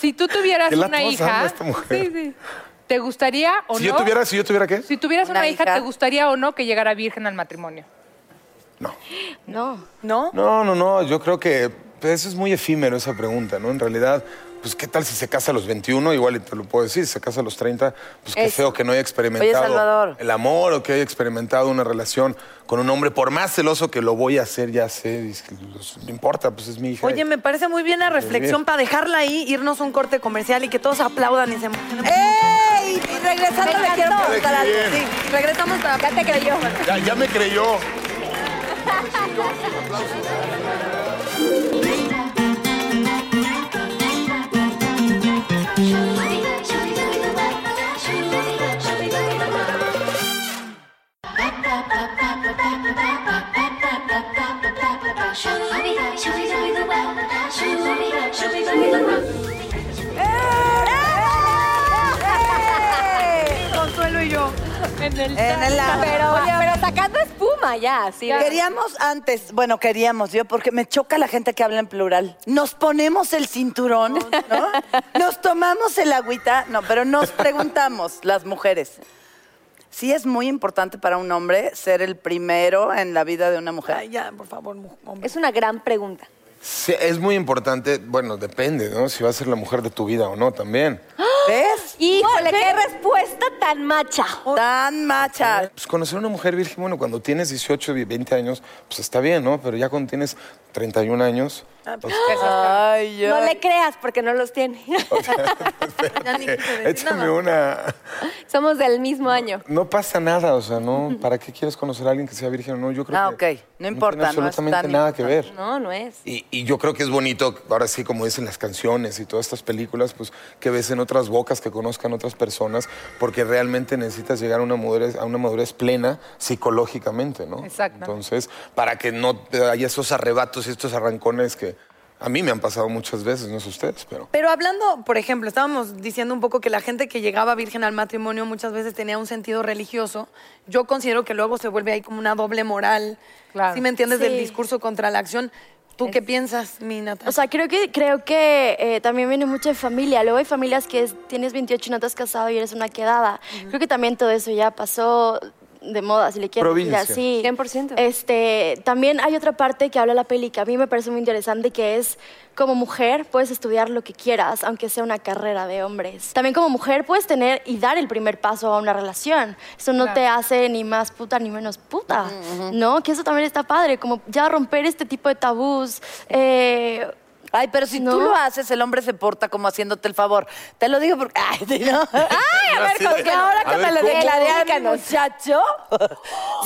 [SPEAKER 5] si tú tuvieras
[SPEAKER 9] Qué
[SPEAKER 5] una
[SPEAKER 9] latosa
[SPEAKER 5] hija,
[SPEAKER 9] anda esta mujer.
[SPEAKER 5] Sí, sí. ¿te gustaría o
[SPEAKER 9] Si
[SPEAKER 5] no?
[SPEAKER 9] yo tuviera, si yo tuviera qué?
[SPEAKER 5] Si tuvieras una,
[SPEAKER 4] Una
[SPEAKER 5] hija,
[SPEAKER 4] hija.
[SPEAKER 5] ¿te gustaría o no que llegara virgen al matrimonio?
[SPEAKER 9] No.
[SPEAKER 8] No.
[SPEAKER 3] ¿No?
[SPEAKER 9] No, no, no. Yo creo que pues, eso es muy efímero esa pregunta, ¿no? En realidad, pues qué tal si se casa a los 21, igual y te lo puedo decir, si se casa a los 30, pues qué
[SPEAKER 7] Eso.
[SPEAKER 9] feo que no haya
[SPEAKER 4] Oye,
[SPEAKER 9] experimentado
[SPEAKER 4] Salvador.
[SPEAKER 9] el amor o que haya experimentado una relación con un hombre, por más celoso que lo voy a hacer, ya sé, dice, los- no importa, pues es mi hija.
[SPEAKER 3] Oye, me parece muy bien la reflexión para dejarla ahí, irnos a un corte comercial y que todos aplaudan y se emocionen.
[SPEAKER 4] ¡Ey! Y regresando le quiero
[SPEAKER 9] encantó.
[SPEAKER 4] preguntar algo.
[SPEAKER 9] Bien.
[SPEAKER 4] Sí.
[SPEAKER 3] Regresamos para acá, te creyó.
[SPEAKER 9] Ya, ya me creyó.
[SPEAKER 3] Consuelo y yo.
[SPEAKER 4] En el
[SPEAKER 7] pero, oye, pero sacando espuma ya, sí.
[SPEAKER 4] Queríamos antes, bueno, queríamos yo, porque me choca la gente que habla en plural. Nos ponemos el cinturón, ¿no? Nos tomamos el agüita, no, pero nos preguntamos, las mujeres, si es muy importante para un hombre ser el primero en la vida de una mujer.
[SPEAKER 3] Ay, ya, por favor, mu- hombre.
[SPEAKER 7] Es una gran pregunta.
[SPEAKER 9] Sí, es muy importante, bueno, depende, ¿no? Si va a ser la mujer de tu vida o no también.
[SPEAKER 4] ¿Ves?
[SPEAKER 7] Híjole, qué respuesta tan macha.
[SPEAKER 4] Tan macha.
[SPEAKER 9] Pues conocer a una mujer virgen, bueno, cuando tienes 18, 20 años, pues está bien, ¿no? Pero ya cuando tienes 31 años, pues,
[SPEAKER 4] Ay,
[SPEAKER 7] No
[SPEAKER 4] ay.
[SPEAKER 7] le creas porque no los tiene.
[SPEAKER 9] (laughs)
[SPEAKER 3] Ya ni quise decir
[SPEAKER 9] échame
[SPEAKER 3] nada.
[SPEAKER 9] una.
[SPEAKER 7] Somos del mismo año.
[SPEAKER 9] No pasa nada, o sea, ¿no? ¿Para qué quieres conocer a alguien que sea virgen o no? Yo creo
[SPEAKER 4] Ah,
[SPEAKER 9] que
[SPEAKER 4] ok. No importa, no
[SPEAKER 9] tiene
[SPEAKER 4] es
[SPEAKER 9] absolutamente
[SPEAKER 4] tan
[SPEAKER 9] nada que ver.
[SPEAKER 7] No, no es.
[SPEAKER 9] Y, y yo creo que es bonito, ahora sí, como dicen las canciones y todas estas películas, pues que ves en otras bocas, que conozcan otras personas, porque realmente necesitas llegar a una madurez, a una madurez plena psicológicamente, ¿no?
[SPEAKER 5] Exactamente.
[SPEAKER 9] Entonces, para que no te haya esos arrebatos y estos arrancones que a mí me han pasado muchas veces, no sé ustedes, pero...
[SPEAKER 3] Pero hablando, por ejemplo, estábamos diciendo un poco que la gente que llegaba virgen al matrimonio muchas veces tenía un sentido religioso. Yo considero que luego se vuelve ahí como una doble moral.
[SPEAKER 5] Claro.
[SPEAKER 3] ¿Sí me entiendes? Del
[SPEAKER 8] Sí.
[SPEAKER 3] discurso contra la acción. ¿Tú qué piensas, mi Natalia?
[SPEAKER 8] O sea, creo que, creo que eh, también viene mucho de familia. Luego hay familias que es- tienes 28 y no te has casado y eres una quedada. Creo que también todo eso ya pasó de moda, si le quieres decir
[SPEAKER 9] Provincia.
[SPEAKER 8] así.
[SPEAKER 7] 100%.
[SPEAKER 8] Este, también hay otra parte que habla la peli que a mí me parece muy interesante, que es como mujer puedes estudiar lo que quieras, aunque sea una carrera de hombres. También como mujer puedes tener y dar el primer paso a una relación. Eso no te hace ni más puta ni menos puta, ¿no? Que eso también está padre, como ya romper este tipo de tabús. eh,
[SPEAKER 4] Ay, pero si
[SPEAKER 8] No.
[SPEAKER 4] tú lo haces, el hombre se porta como haciéndote el favor. Te lo digo porque. Ay, (laughs) sí, ¿no? Ay,
[SPEAKER 9] a ver, Así de- ¿con qué?
[SPEAKER 4] ahora
[SPEAKER 9] a
[SPEAKER 4] que
[SPEAKER 9] ver,
[SPEAKER 4] me lo
[SPEAKER 9] ¿cómo?
[SPEAKER 4] declaré al muchacho.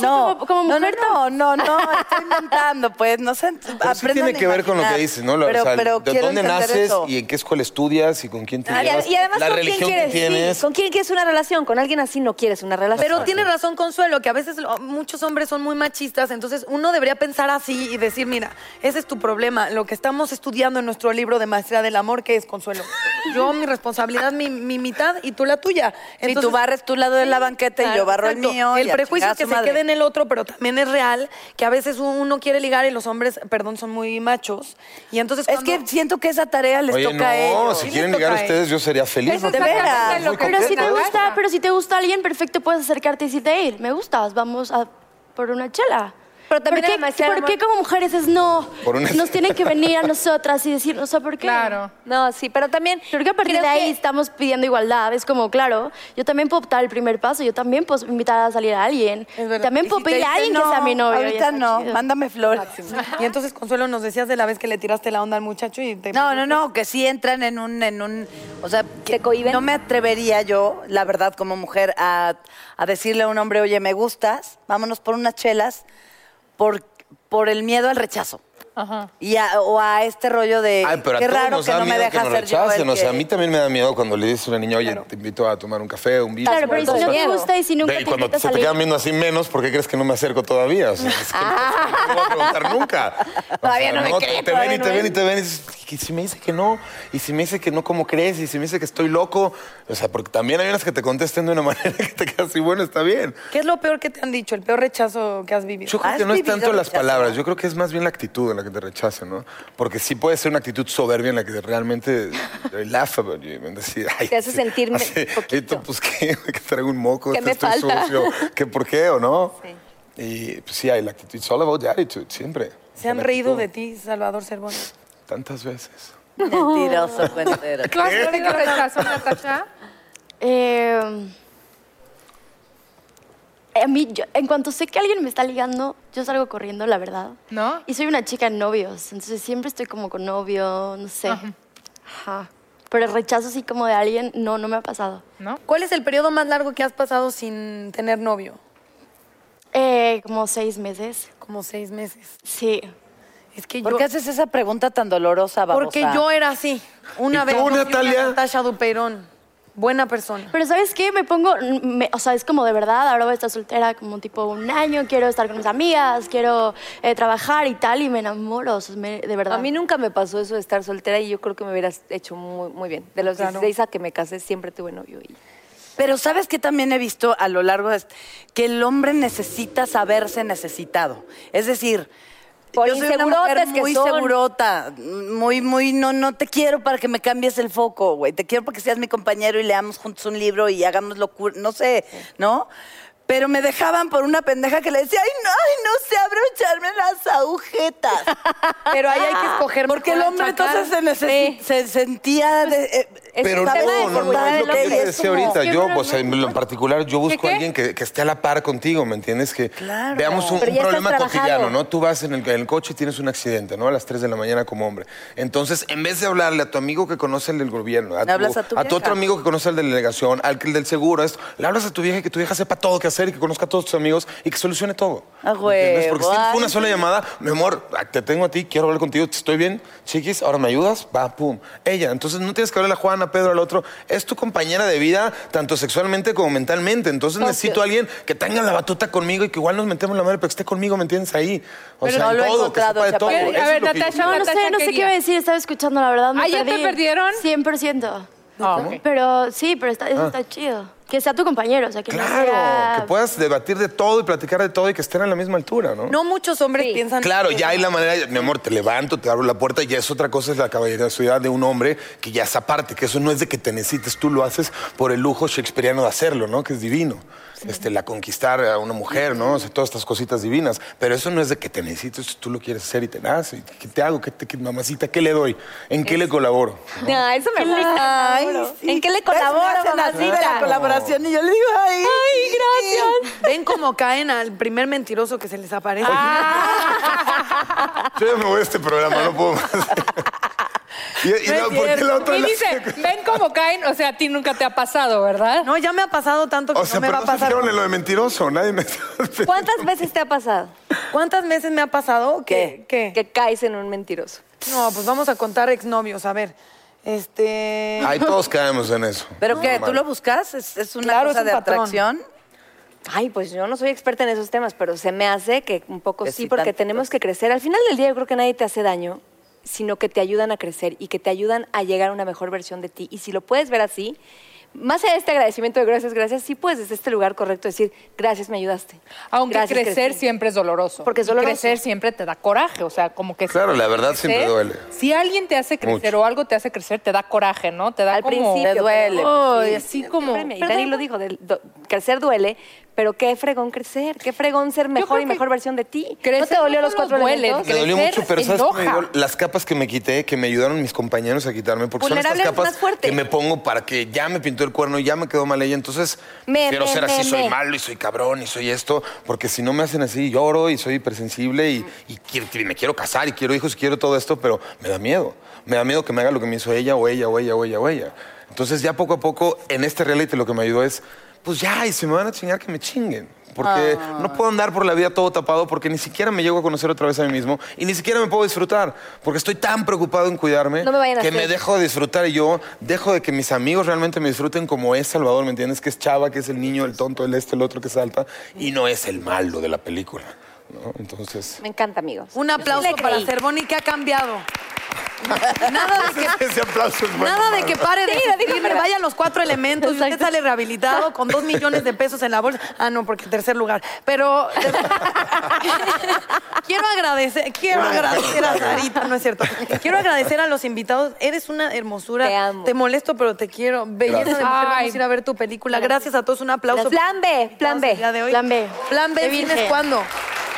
[SPEAKER 4] No,
[SPEAKER 8] como- como
[SPEAKER 4] no, no,
[SPEAKER 8] mujer
[SPEAKER 4] no, no, no, estoy inventando, pues. No sé,
[SPEAKER 9] Pero sí tiene que ver con lo que dices, ¿no? Lo- o
[SPEAKER 4] Pero,
[SPEAKER 9] sea,
[SPEAKER 4] pero
[SPEAKER 9] de
[SPEAKER 4] quiero
[SPEAKER 9] dónde
[SPEAKER 4] entender
[SPEAKER 9] naces
[SPEAKER 4] eso.
[SPEAKER 9] y en qué escuela estudias y con quién te
[SPEAKER 7] Y,
[SPEAKER 9] llevas,
[SPEAKER 7] y además,
[SPEAKER 9] la
[SPEAKER 7] ¿con quién,
[SPEAKER 9] religión
[SPEAKER 7] quieres?
[SPEAKER 9] que tienes.
[SPEAKER 7] Sí, ¿Con quién quieres una relación? Con alguien así no quieres una relación.
[SPEAKER 3] Pero tiene razón Consuelo, que a veces lo- muchos hombres son muy machistas, entonces uno debería pensar así y decir, mira, ese es tu problema, lo que estamos estudiando, estudiando nuestro libro de maestría del amor, que es Consuelo. Yo mi responsabilidad, mi, mi mitad y tú la tuya.
[SPEAKER 4] Sí, tú barres tu lado de la banqueta y yo barro el mío y
[SPEAKER 3] El
[SPEAKER 4] a
[SPEAKER 3] prejuicio
[SPEAKER 4] chingar a
[SPEAKER 3] que
[SPEAKER 4] su
[SPEAKER 3] se
[SPEAKER 4] madre.
[SPEAKER 3] quede en el otro, pero también es real que a veces uno quiere ligar y los hombres, perdón, son muy machos. Y entonces es que siento que esa tarea
[SPEAKER 9] Oye, no, si quieren ligar ustedes, yo sería feliz.
[SPEAKER 8] Eso
[SPEAKER 9] ¿no?
[SPEAKER 8] es exactamente
[SPEAKER 9] Muy
[SPEAKER 8] lo que- pero si te
[SPEAKER 9] contento.
[SPEAKER 8] gusta, pero si te gusta alguien, perfecto, puedes acercarte y decirte, hey, me gustas, vamos a por una chela. Pero
[SPEAKER 7] también
[SPEAKER 8] ¿Por
[SPEAKER 7] hay
[SPEAKER 8] qué,
[SPEAKER 7] demasiado
[SPEAKER 8] ¿por qué
[SPEAKER 7] amor.
[SPEAKER 8] como mujeres es no?
[SPEAKER 7] Por una-
[SPEAKER 8] Nos tienen que venir a nosotras y decirnos, o sea, ¿por qué? Claro.
[SPEAKER 7] No, sí, pero también...
[SPEAKER 8] Creo que a partir
[SPEAKER 7] creo
[SPEAKER 8] de ahí
[SPEAKER 7] que-
[SPEAKER 8] estamos pidiendo igualdad. Es como, claro, yo también puedo optar el primer paso, yo también puedo invitar a salir a alguien. También puedo pedir a alguien que sea mi novio. y
[SPEAKER 4] Ahorita
[SPEAKER 8] está
[SPEAKER 4] no,
[SPEAKER 8] chido.
[SPEAKER 4] mándame flores.
[SPEAKER 3] Y entonces, Consuelo, nos decías de la vez que le tiraste la onda al muchacho y te...
[SPEAKER 4] No, no, no, que sí entran en un, en un, o sea, que no me atrevería yo, la verdad, como mujer, a, a decirle a un hombre, oye, me gustas, vámonos por unas chelas, por, por el miedo al rechazo. Y a- o a este rollo de,
[SPEAKER 9] Ay, pero a
[SPEAKER 4] qué
[SPEAKER 9] todos
[SPEAKER 4] raro
[SPEAKER 9] nos
[SPEAKER 4] que
[SPEAKER 9] da
[SPEAKER 4] no me
[SPEAKER 9] miedo que
[SPEAKER 4] deja
[SPEAKER 9] nos
[SPEAKER 4] ser yo el
[SPEAKER 9] rechacen. O
[SPEAKER 4] que-
[SPEAKER 9] sea, a mí también me da miedo cuando le dices a una niña, oye, te invito a tomar un café, un vino.
[SPEAKER 8] Claro, pero ¿y si no te gusta y si nunca
[SPEAKER 9] Ve,
[SPEAKER 8] te
[SPEAKER 9] y cuando
[SPEAKER 8] invita a
[SPEAKER 9] se te
[SPEAKER 8] salir?
[SPEAKER 9] quedan viendo así menos, ¿por qué crees que no me acerco todavía? O sea, es que no te voy a preguntar
[SPEAKER 3] Ah,
[SPEAKER 9] nunca.
[SPEAKER 1] Todavía no me
[SPEAKER 9] te-
[SPEAKER 1] cree,
[SPEAKER 9] Te
[SPEAKER 1] todavía
[SPEAKER 9] ven y
[SPEAKER 1] no
[SPEAKER 9] te
[SPEAKER 1] me-
[SPEAKER 9] ven y te ven y dices, "Y si me dice que no, y si me dice que no, ¿cómo crees? Y si me dice que estoy loco. O sea, porque también hay unas que te contesten de una (laughs) manera que te quedas así, bueno, está bien.
[SPEAKER 3] ¿Qué es lo peor que te han dicho? ¿El peor rechazo que has vivido?
[SPEAKER 9] Yo creo que no es tanto las palabras, yo creo que es más bien la actitud en la que te rechacen, ¿no? Porque sí puede ser una actitud soberbia en la que realmente I laugh about you, man, decir, ay,
[SPEAKER 7] Te hace
[SPEAKER 9] sí,
[SPEAKER 7] sentirme
[SPEAKER 9] así, y tú, pues (laughs) qué, que traigo un moco,
[SPEAKER 7] ¿Qué
[SPEAKER 9] este
[SPEAKER 7] me
[SPEAKER 9] estoy
[SPEAKER 7] falta?
[SPEAKER 4] (laughs)
[SPEAKER 9] sucio, que por qué o no. Y pues sí, hay la actitud, it's all about the attitude, siempre.
[SPEAKER 3] ¿Se han
[SPEAKER 9] La
[SPEAKER 3] reído
[SPEAKER 9] actitud,
[SPEAKER 3] de ti, Salvador Cervón?
[SPEAKER 9] Tantas veces. (laughs)
[SPEAKER 4] Mentiroso cuentero.
[SPEAKER 5] ¿Tú
[SPEAKER 9] ¿Eh?
[SPEAKER 5] has tenido rechazo, Natasha?
[SPEAKER 8] Eh, a mí, yo- en cuanto sé que alguien me está ligando, yo salgo corriendo, la verdad.
[SPEAKER 5] ¿No?
[SPEAKER 8] Y soy una chica de novios, entonces siempre estoy como con novio, no sé. Ajá. Pero el rechazo así como de alguien, no, no me ha pasado.
[SPEAKER 3] ¿Cuál es el periodo más largo que has pasado sin tener novio?
[SPEAKER 8] Eh, como seis meses.
[SPEAKER 3] Como seis meses.
[SPEAKER 8] Sí.
[SPEAKER 3] Es que
[SPEAKER 4] ¿Por qué haces esa pregunta tan dolorosa, babosa?
[SPEAKER 3] Porque yo era así. Una
[SPEAKER 4] ¿Y
[SPEAKER 3] vez
[SPEAKER 4] tú,
[SPEAKER 3] conocí a
[SPEAKER 4] Natalia?
[SPEAKER 3] Natasha Duperón. Buena persona.
[SPEAKER 8] Pero ¿sabes qué? Me pongo, me- o sea, es como de verdad, ahora voy a estar soltera como tipo un año, quiero estar con mis amigas, quiero eh, trabajar y tal, y me enamoro, o sea, me- de verdad.
[SPEAKER 7] A mí nunca me pasó eso de estar soltera y yo creo que me hubieras hecho muy, muy bien. De los
[SPEAKER 4] Claro.
[SPEAKER 7] 16 a que me casé siempre tuve novio. Y...
[SPEAKER 4] Pero sabes que también he visto a lo largo de este- que el hombre necesita saberse necesitado. Es decir,
[SPEAKER 7] Por
[SPEAKER 4] yo soy una
[SPEAKER 7] insegurotes
[SPEAKER 4] mujer
[SPEAKER 7] que
[SPEAKER 4] muy
[SPEAKER 7] son.
[SPEAKER 4] segurota, muy, muy, no, no te quiero para que me cambies el foco, güey. Te quiero para que seas mi compañero y leamos juntos un libro y hagamos locura, no sé, ¿no? Pero me dejaban por una pendeja que le decía, ay, no, ay, no sé abrocharme las agujetas.
[SPEAKER 3] (laughs) Pero ahí hay que escoger
[SPEAKER 4] Porque el
[SPEAKER 3] mejor al
[SPEAKER 4] hombre
[SPEAKER 3] chacal.
[SPEAKER 4] entonces se, necesi- se sentía... de- eh,
[SPEAKER 9] Pero no,
[SPEAKER 4] estaba
[SPEAKER 9] no, no,
[SPEAKER 4] desbordada
[SPEAKER 9] es
[SPEAKER 4] del
[SPEAKER 9] lo que yo
[SPEAKER 4] hombre,
[SPEAKER 9] te
[SPEAKER 4] es
[SPEAKER 9] decía
[SPEAKER 4] como-
[SPEAKER 9] ahorita. Yo, pues, en lo en particular, yo busco
[SPEAKER 4] qué?
[SPEAKER 9] a alguien que, que esté a la par contigo, ¿me entiendes? Que veamos un,
[SPEAKER 4] Pero
[SPEAKER 9] un
[SPEAKER 4] ya estás
[SPEAKER 9] problema cotidiano,
[SPEAKER 4] trabajado.
[SPEAKER 9] ¿no? Tú vas en el, en el coche y tienes un accidente, ¿no? A las 3 de la mañana como hombre. Entonces, en vez de hablarle a tu amigo que conoce el del gobierno, a
[SPEAKER 4] Le hablas
[SPEAKER 9] tu,
[SPEAKER 4] a tu
[SPEAKER 9] a tu
[SPEAKER 4] vieja.
[SPEAKER 9] otro amigo que conoce el de la delegación, al que el del seguro, esto, le hablas a tu vieja y que tu vieja sepa todo qué hacer y que conozca a todos tus amigos y que solucione todo.
[SPEAKER 4] Ah,
[SPEAKER 9] ¿Entiendes?
[SPEAKER 4] güey.
[SPEAKER 9] Porque si fue una sola llamada, mi amor, ah, te tengo a ti, quiero hablar contigo, estoy bien, chiquis, ahora me ayudas, va, pum. Ella, entonces no tienes que hablarle a Juana, a Pedro, al otro, es tu compañera de vida, tanto sexualmente como mentalmente, entonces
[SPEAKER 4] Socio.
[SPEAKER 9] necesito a alguien que tenga la batuta conmigo y que igual nos metemos la madre, pero que esté conmigo, ¿me entiendes? Ahí. O
[SPEAKER 4] Pero
[SPEAKER 9] sea,
[SPEAKER 4] no
[SPEAKER 9] en
[SPEAKER 4] lo he
[SPEAKER 9] todo,
[SPEAKER 4] encontrado,
[SPEAKER 9] que sepa de todo.
[SPEAKER 4] Chaparro.
[SPEAKER 9] Eso es lo que yo-
[SPEAKER 8] No, no sé, no sé qué iba a decir, estaba escuchando, la verdad. me
[SPEAKER 5] ¿Ah, ya te
[SPEAKER 8] perdí.
[SPEAKER 5] perdieron?
[SPEAKER 8] 100%.
[SPEAKER 9] Ah, ok.
[SPEAKER 8] Pero sí, pero está, eso
[SPEAKER 9] Ah.
[SPEAKER 8] está chido. Que sea tu compañero, o sea, que no
[SPEAKER 9] Claro,
[SPEAKER 8] sea...
[SPEAKER 9] que puedas debatir de todo y platicar de todo y que estén a la misma altura, ¿no?
[SPEAKER 3] No muchos hombres piensan...
[SPEAKER 9] Claro, ya hay la manera, mi amor, te levanto, te abro la puerta, ya es otra cosa, es la caballerosidad de un hombre que ya es aparte, que eso no es de que te necesites, tú lo haces por el lujo shakespeariano de hacerlo, ¿no? Que es divino. Este, la conquistar a una mujer, ¿no? O sea, todas estas cositas divinas. Pero eso no es de que te necesites, tú lo quieres hacer y te nace. ¿Qué te hago? ¿Qué, te- qué- mamacita? ¿Qué le doy? ¿En qué le colaboro?
[SPEAKER 7] No, eso me gusta.
[SPEAKER 4] Ay,
[SPEAKER 7] seguro.
[SPEAKER 4] sí.
[SPEAKER 7] ¿En qué le
[SPEAKER 4] Eso
[SPEAKER 7] colaboro,
[SPEAKER 4] me hacen así de
[SPEAKER 7] mamacita?
[SPEAKER 4] la colaboración y yo le digo, ay,
[SPEAKER 3] gracias. Ven cómo caen al primer mentiroso que se les aparece.
[SPEAKER 4] Ah,
[SPEAKER 9] Yo ya me voy a este programa, no puedo más. (laughs) y, y la- ¿por qué la otra
[SPEAKER 5] Y
[SPEAKER 9] la-
[SPEAKER 5] dice, ven cómo caen, o sea, a ti nunca te ha pasado, ¿verdad?
[SPEAKER 3] No, ya me ha pasado tanto que
[SPEAKER 9] O sea,
[SPEAKER 3] no me
[SPEAKER 9] pero
[SPEAKER 3] va
[SPEAKER 9] no
[SPEAKER 3] a
[SPEAKER 9] se
[SPEAKER 3] pasar.
[SPEAKER 9] fijaron en lo de mentiroso, nadie me... (laughs)
[SPEAKER 7] ¿Cuántas veces te ha pasado
[SPEAKER 3] ¿Cuántas veces me ha pasado que, que-
[SPEAKER 7] que caes en un mentiroso?
[SPEAKER 3] No, pues vamos a contar exnovios, a ver.
[SPEAKER 9] (laughs)
[SPEAKER 3] Este...
[SPEAKER 9] Ay, todos caemos en eso.
[SPEAKER 4] ¿Pero qué? ¿Tú
[SPEAKER 9] Normal.
[SPEAKER 4] lo buscas? ¿Es, es una
[SPEAKER 3] Claro,
[SPEAKER 4] cosa
[SPEAKER 3] es un
[SPEAKER 4] de
[SPEAKER 3] patrón.
[SPEAKER 4] atracción?
[SPEAKER 7] Ay, pues yo no soy experta en esos temas, pero se me hace que un poco
[SPEAKER 4] Que
[SPEAKER 7] sí,
[SPEAKER 4] sí,
[SPEAKER 7] porque
[SPEAKER 4] tantito.
[SPEAKER 7] tenemos que crecer. Al final del día yo creo que nadie te hace daño. sino que te ayudan a crecer y que te ayudan a llegar a una mejor versión de ti. Y si lo puedes ver así, más allá de este agradecimiento de gracias, gracias, sí puedes desde este lugar correcto decir, gracias, me ayudaste.
[SPEAKER 5] Aunque
[SPEAKER 7] Gracias,
[SPEAKER 5] crecer
[SPEAKER 7] crecí.
[SPEAKER 5] siempre es doloroso. Porque
[SPEAKER 7] es doloroso.
[SPEAKER 5] crecer siempre te da coraje, o sea, como que...
[SPEAKER 9] Claro, la verdad siempre
[SPEAKER 5] crecer-
[SPEAKER 9] duele.
[SPEAKER 5] Si alguien te hace crecer
[SPEAKER 9] Mucho.
[SPEAKER 5] o algo te hace crecer, te da coraje, ¿no? Te da
[SPEAKER 7] Al
[SPEAKER 5] como...
[SPEAKER 7] principio
[SPEAKER 5] Te duele.
[SPEAKER 7] pues, sí.
[SPEAKER 5] así como...
[SPEAKER 7] Espérame, y
[SPEAKER 5] perdón,
[SPEAKER 7] Dani lo dijo, del- do- crecer duele, pero qué fregón crecer, qué fregón ser mejor y mejor versión de ti. ¿No te
[SPEAKER 5] crecer
[SPEAKER 7] dolió
[SPEAKER 5] no
[SPEAKER 7] los cuatro
[SPEAKER 5] solo duele,
[SPEAKER 7] elementos?
[SPEAKER 9] Me dolió mucho, pero ¿sabes qué me
[SPEAKER 7] enoja.
[SPEAKER 9] dolió? Las capas que me quité, que me ayudaron mis compañeros a quitarme, porque son estas
[SPEAKER 7] Vulnerable es
[SPEAKER 9] capas
[SPEAKER 7] más fuerte.
[SPEAKER 9] que me pongo para que ya me pintó el cuerno, ya me quedó mal ella, entonces
[SPEAKER 7] Me,
[SPEAKER 9] quiero
[SPEAKER 7] me,
[SPEAKER 9] ser
[SPEAKER 7] me,
[SPEAKER 9] así,
[SPEAKER 7] me.
[SPEAKER 9] soy malo y soy cabrón y soy esto, porque si no me hacen así, lloro y soy hipersensible y, y quiero- y me quiero casar y quiero hijos y quiero todo esto, pero me da miedo. Me da miedo que me haga lo que me hizo ella o ella o ella o ella o ella. Entonces ya poco a poco en este reality lo que me ayudó es, pues ya, y si me van a chingar, que me chinguen. Porque
[SPEAKER 7] Ah.
[SPEAKER 9] no puedo andar por la vida todo tapado porque ni siquiera me llego a conocer otra vez a mí mismo y ni siquiera me puedo disfrutar porque estoy tan preocupado en cuidarme
[SPEAKER 7] No me vayan a
[SPEAKER 9] que
[SPEAKER 7] hacer.
[SPEAKER 9] me dejo de disfrutar y yo, dejo de que mis amigos realmente me disfruten como es Salvador, ¿me entiendes? Que es Chava, que es el niño, el tonto, el este, el otro que salta y no es el malo de la película. ¿no? Entonces...
[SPEAKER 7] Me encanta, amigos.
[SPEAKER 3] Un aplauso para Cervoni que ha
[SPEAKER 9] (laughs)
[SPEAKER 3] cambiado. Nada de que,
[SPEAKER 9] Ese aplauso es bueno,
[SPEAKER 3] nada de que
[SPEAKER 9] Marta.
[SPEAKER 3] pare de
[SPEAKER 7] Sí, lo dijo,
[SPEAKER 3] decirme,
[SPEAKER 7] pero-
[SPEAKER 3] vayan los
[SPEAKER 9] (laughs)
[SPEAKER 3] cuatro elementos y usted sale rehabilitado con dos millones de pesos en la bolsa. Ah, no, porque tercer lugar. Pero (laughs) quiero agradecer, quiero agradecer a Sarita, no es cierto. Quiero agradecer a los invitados. Eres una hermosura.
[SPEAKER 7] Te amo.
[SPEAKER 3] molesto, pero te quiero. Belleza de mujer. Vamos a ir a ver tu película. Gracias a todos. Un aplauso.
[SPEAKER 7] Plan B, plan B.
[SPEAKER 3] El día de hoy.
[SPEAKER 8] Plan B.
[SPEAKER 3] Plan B,
[SPEAKER 8] De
[SPEAKER 3] ¿tienes
[SPEAKER 8] Virgen.
[SPEAKER 3] cuándo?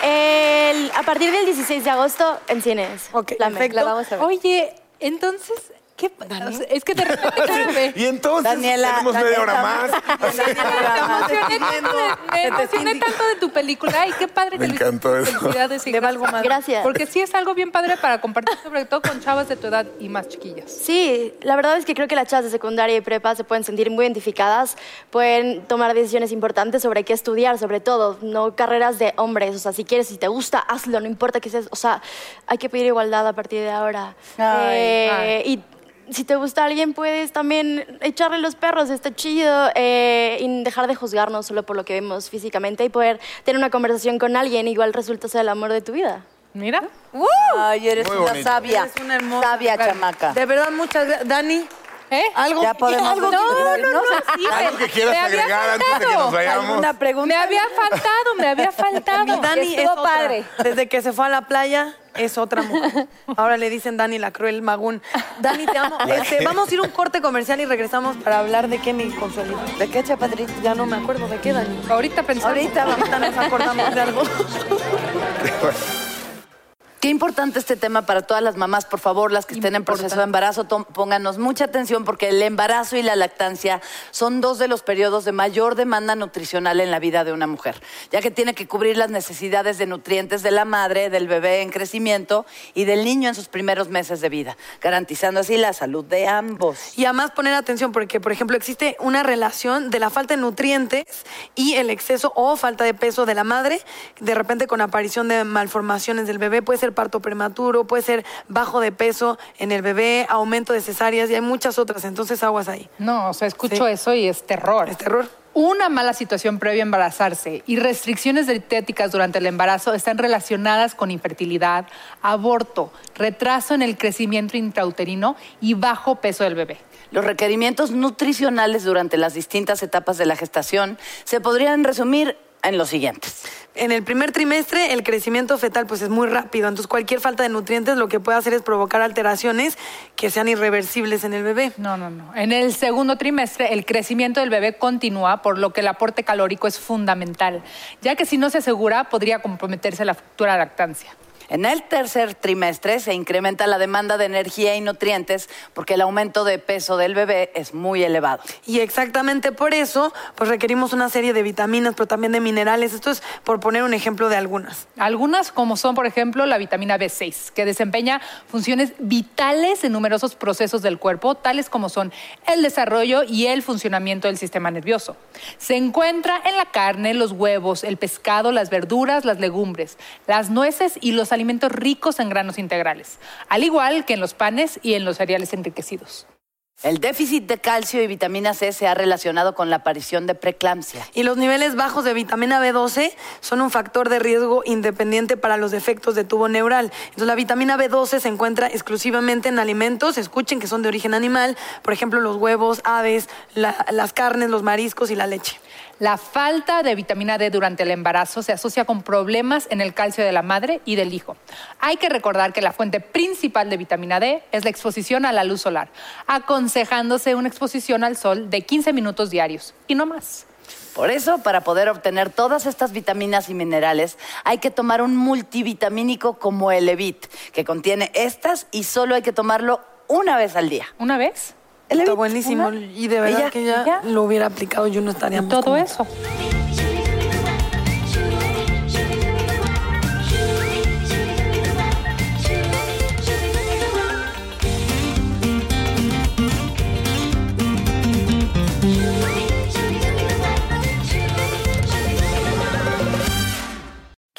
[SPEAKER 8] El- a partir del 16 de agosto en cines.
[SPEAKER 3] Ok,
[SPEAKER 8] Plan B.
[SPEAKER 3] perfecto.
[SPEAKER 7] La vamos a ver.
[SPEAKER 5] Oye, entonces, ¿qué pa- o sea, Es que de repente... espérame.
[SPEAKER 9] Y entonces
[SPEAKER 4] Daniela,
[SPEAKER 9] tenemos media hora más.
[SPEAKER 4] Daniela,
[SPEAKER 5] Me emocioné tanto de- Me emocioné tanto de tu película y qué padre
[SPEAKER 9] Me
[SPEAKER 5] que lo hiciste.
[SPEAKER 9] encantó eso.
[SPEAKER 5] Felicidades y
[SPEAKER 3] Le valgo madre.
[SPEAKER 8] Gracias.
[SPEAKER 5] Porque sí es algo bien padre para compartir, sobre todo con chavas de tu edad y más chiquillas.
[SPEAKER 8] Sí, la verdad es que creo que las chavas de secundaria y prepa se pueden sentir muy identificadas, pueden tomar decisiones importantes sobre qué estudiar, sobre todo, no carreras de hombres, o sea, si quieres, si te gusta, hazlo, no importa que seas, o sea, hay que pedir igualdad a partir de ahora.
[SPEAKER 4] Ay,
[SPEAKER 8] Eh, Y si te gusta alguien, puedes también echarle los perros, está chido, eh, y dejar de juzgarnos solo por lo que vemos físicamente y poder tener una conversación con alguien, igual resulta ser el amor de tu vida.
[SPEAKER 5] Mira.
[SPEAKER 3] Uh,
[SPEAKER 4] Ay, eres
[SPEAKER 9] Muy
[SPEAKER 4] una
[SPEAKER 9] bonito.
[SPEAKER 4] sabia.
[SPEAKER 3] Eres una hermosa.
[SPEAKER 4] Sabia chamaca.
[SPEAKER 3] De verdad, muchas gracias. Dani,
[SPEAKER 5] ¿Eh?
[SPEAKER 3] algo
[SPEAKER 4] Ya podemos
[SPEAKER 3] algo que-
[SPEAKER 5] No, no, no, sí.
[SPEAKER 9] Algo que quieras
[SPEAKER 5] me había
[SPEAKER 9] agregar antes de que nos
[SPEAKER 5] faltado.
[SPEAKER 9] vayamos.
[SPEAKER 4] Una pregunta.
[SPEAKER 5] Me había faltado,
[SPEAKER 3] (laughs)
[SPEAKER 5] me había faltado.
[SPEAKER 3] Dani es
[SPEAKER 5] Estuvo
[SPEAKER 3] otra. Desde que se fue a la playa es otra mujer. Ahora le dicen Dani la cruel magún. Dani, te amo. Este, vamos a ir a un corte comercial y regresamos para hablar de qué, mi consuelito. ¿De qué, Chapadrito? Ya no me acuerdo. ¿De qué, Dani?
[SPEAKER 5] Ahorita pensamos.
[SPEAKER 3] Ahorita, ahorita nos acordamos de algo.
[SPEAKER 4] Qué importante este tema para todas las mamás, por favor, las que estén en proceso de embarazo, tom- pónganos mucha atención porque el embarazo y la lactancia son dos de los periodos de mayor demanda nutricional en la vida de una mujer, ya que tiene que cubrir las necesidades de nutrientes de la madre, del bebé en crecimiento y del niño en sus primeros meses de vida, garantizando así la salud de ambos.
[SPEAKER 3] Y además poner atención porque, por ejemplo, existe una relación de la falta de nutrientes y el exceso o falta de peso de la madre, de repente con aparición de malformaciones del bebé, puede ser parto prematuro, puede ser bajo de peso en el bebé, aumento de cesáreas y hay muchas otras, entonces aguas ahí. Este
[SPEAKER 5] No, o sea, escucho eso y es terror.
[SPEAKER 3] Es terror.
[SPEAKER 5] Una mala situación previa a embarazarse y restricciones dietéticas durante el embarazo están relacionadas con infertilidad, aborto, retraso en el crecimiento intrauterino y bajo peso del bebé.
[SPEAKER 4] Los requerimientos nutricionales durante las distintas etapas de la gestación se podrían resumir en los siguientes.
[SPEAKER 3] En el primer trimestre el crecimiento fetal pues es muy rápido, entonces cualquier falta de nutrientes lo que puede hacer es provocar alteraciones que sean irreversibles en el bebé.
[SPEAKER 5] No, no, no. En el segundo trimestre, el crecimiento del bebé continúa, por lo que el aporte calórico es fundamental, ya que si no se asegura, podría comprometerse la futura lactancia.
[SPEAKER 4] En el tercer trimestre se incrementa la demanda de energía y nutrientes porque el aumento de peso del bebé es muy elevado.
[SPEAKER 3] Y exactamente por eso, pues requerimos una serie de vitaminas, pero también de minerales. Esto es por poner un ejemplo de algunas.
[SPEAKER 5] Algunas, como son, por ejemplo, la vitamina B6, que desempeña funciones vitales en numerosos procesos del cuerpo, tales como son el desarrollo y el funcionamiento del sistema nervioso. Se encuentra en la carne, los huevos, el pescado, las verduras, las legumbres, las nueces y los alimentos ricos en granos integrales, al igual que en los panes y en los cereales enriquecidos.
[SPEAKER 4] El déficit de calcio y vitamina C se ha relacionado con la aparición de preeclampsia.
[SPEAKER 3] Y los niveles bajos de vitamina B12 son un factor de riesgo independiente para los defectos de tubo neural. Entonces, la vitamina B12 se encuentra exclusivamente en alimentos, escuchen que son de origen animal, por ejemplo, los huevos, aves, la- las carnes, los mariscos y la leche.
[SPEAKER 5] La falta de vitamina D durante el embarazo se asocia con problemas en el calcio de la madre y del hijo. Hay que recordar que la fuente principal de vitamina D es la exposición a la luz solar, aconsejándose una exposición al sol de 15 minutos diarios y no más.
[SPEAKER 4] Por eso, para poder obtener todas estas vitaminas y minerales, hay que tomar un multivitamínico como el Evit, que contiene estas y solo hay que tomarlo una vez al día.
[SPEAKER 5] ¿Una vez?
[SPEAKER 3] Está buenísimo y de verdad
[SPEAKER 4] Ella,
[SPEAKER 3] que ya,
[SPEAKER 4] ella.
[SPEAKER 3] lo hubiera aplicado yo no estaría
[SPEAKER 5] Todo eso.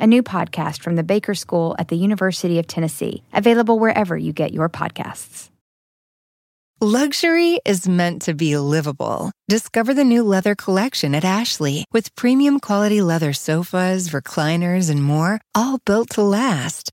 [SPEAKER 11] a new podcast from the Baker School at the University of Tennessee, available wherever you get your podcasts.
[SPEAKER 10] Luxury is meant to be livable. Discover the new leather collection at Ashley with premium quality leather sofas, recliners, and more, all built to last.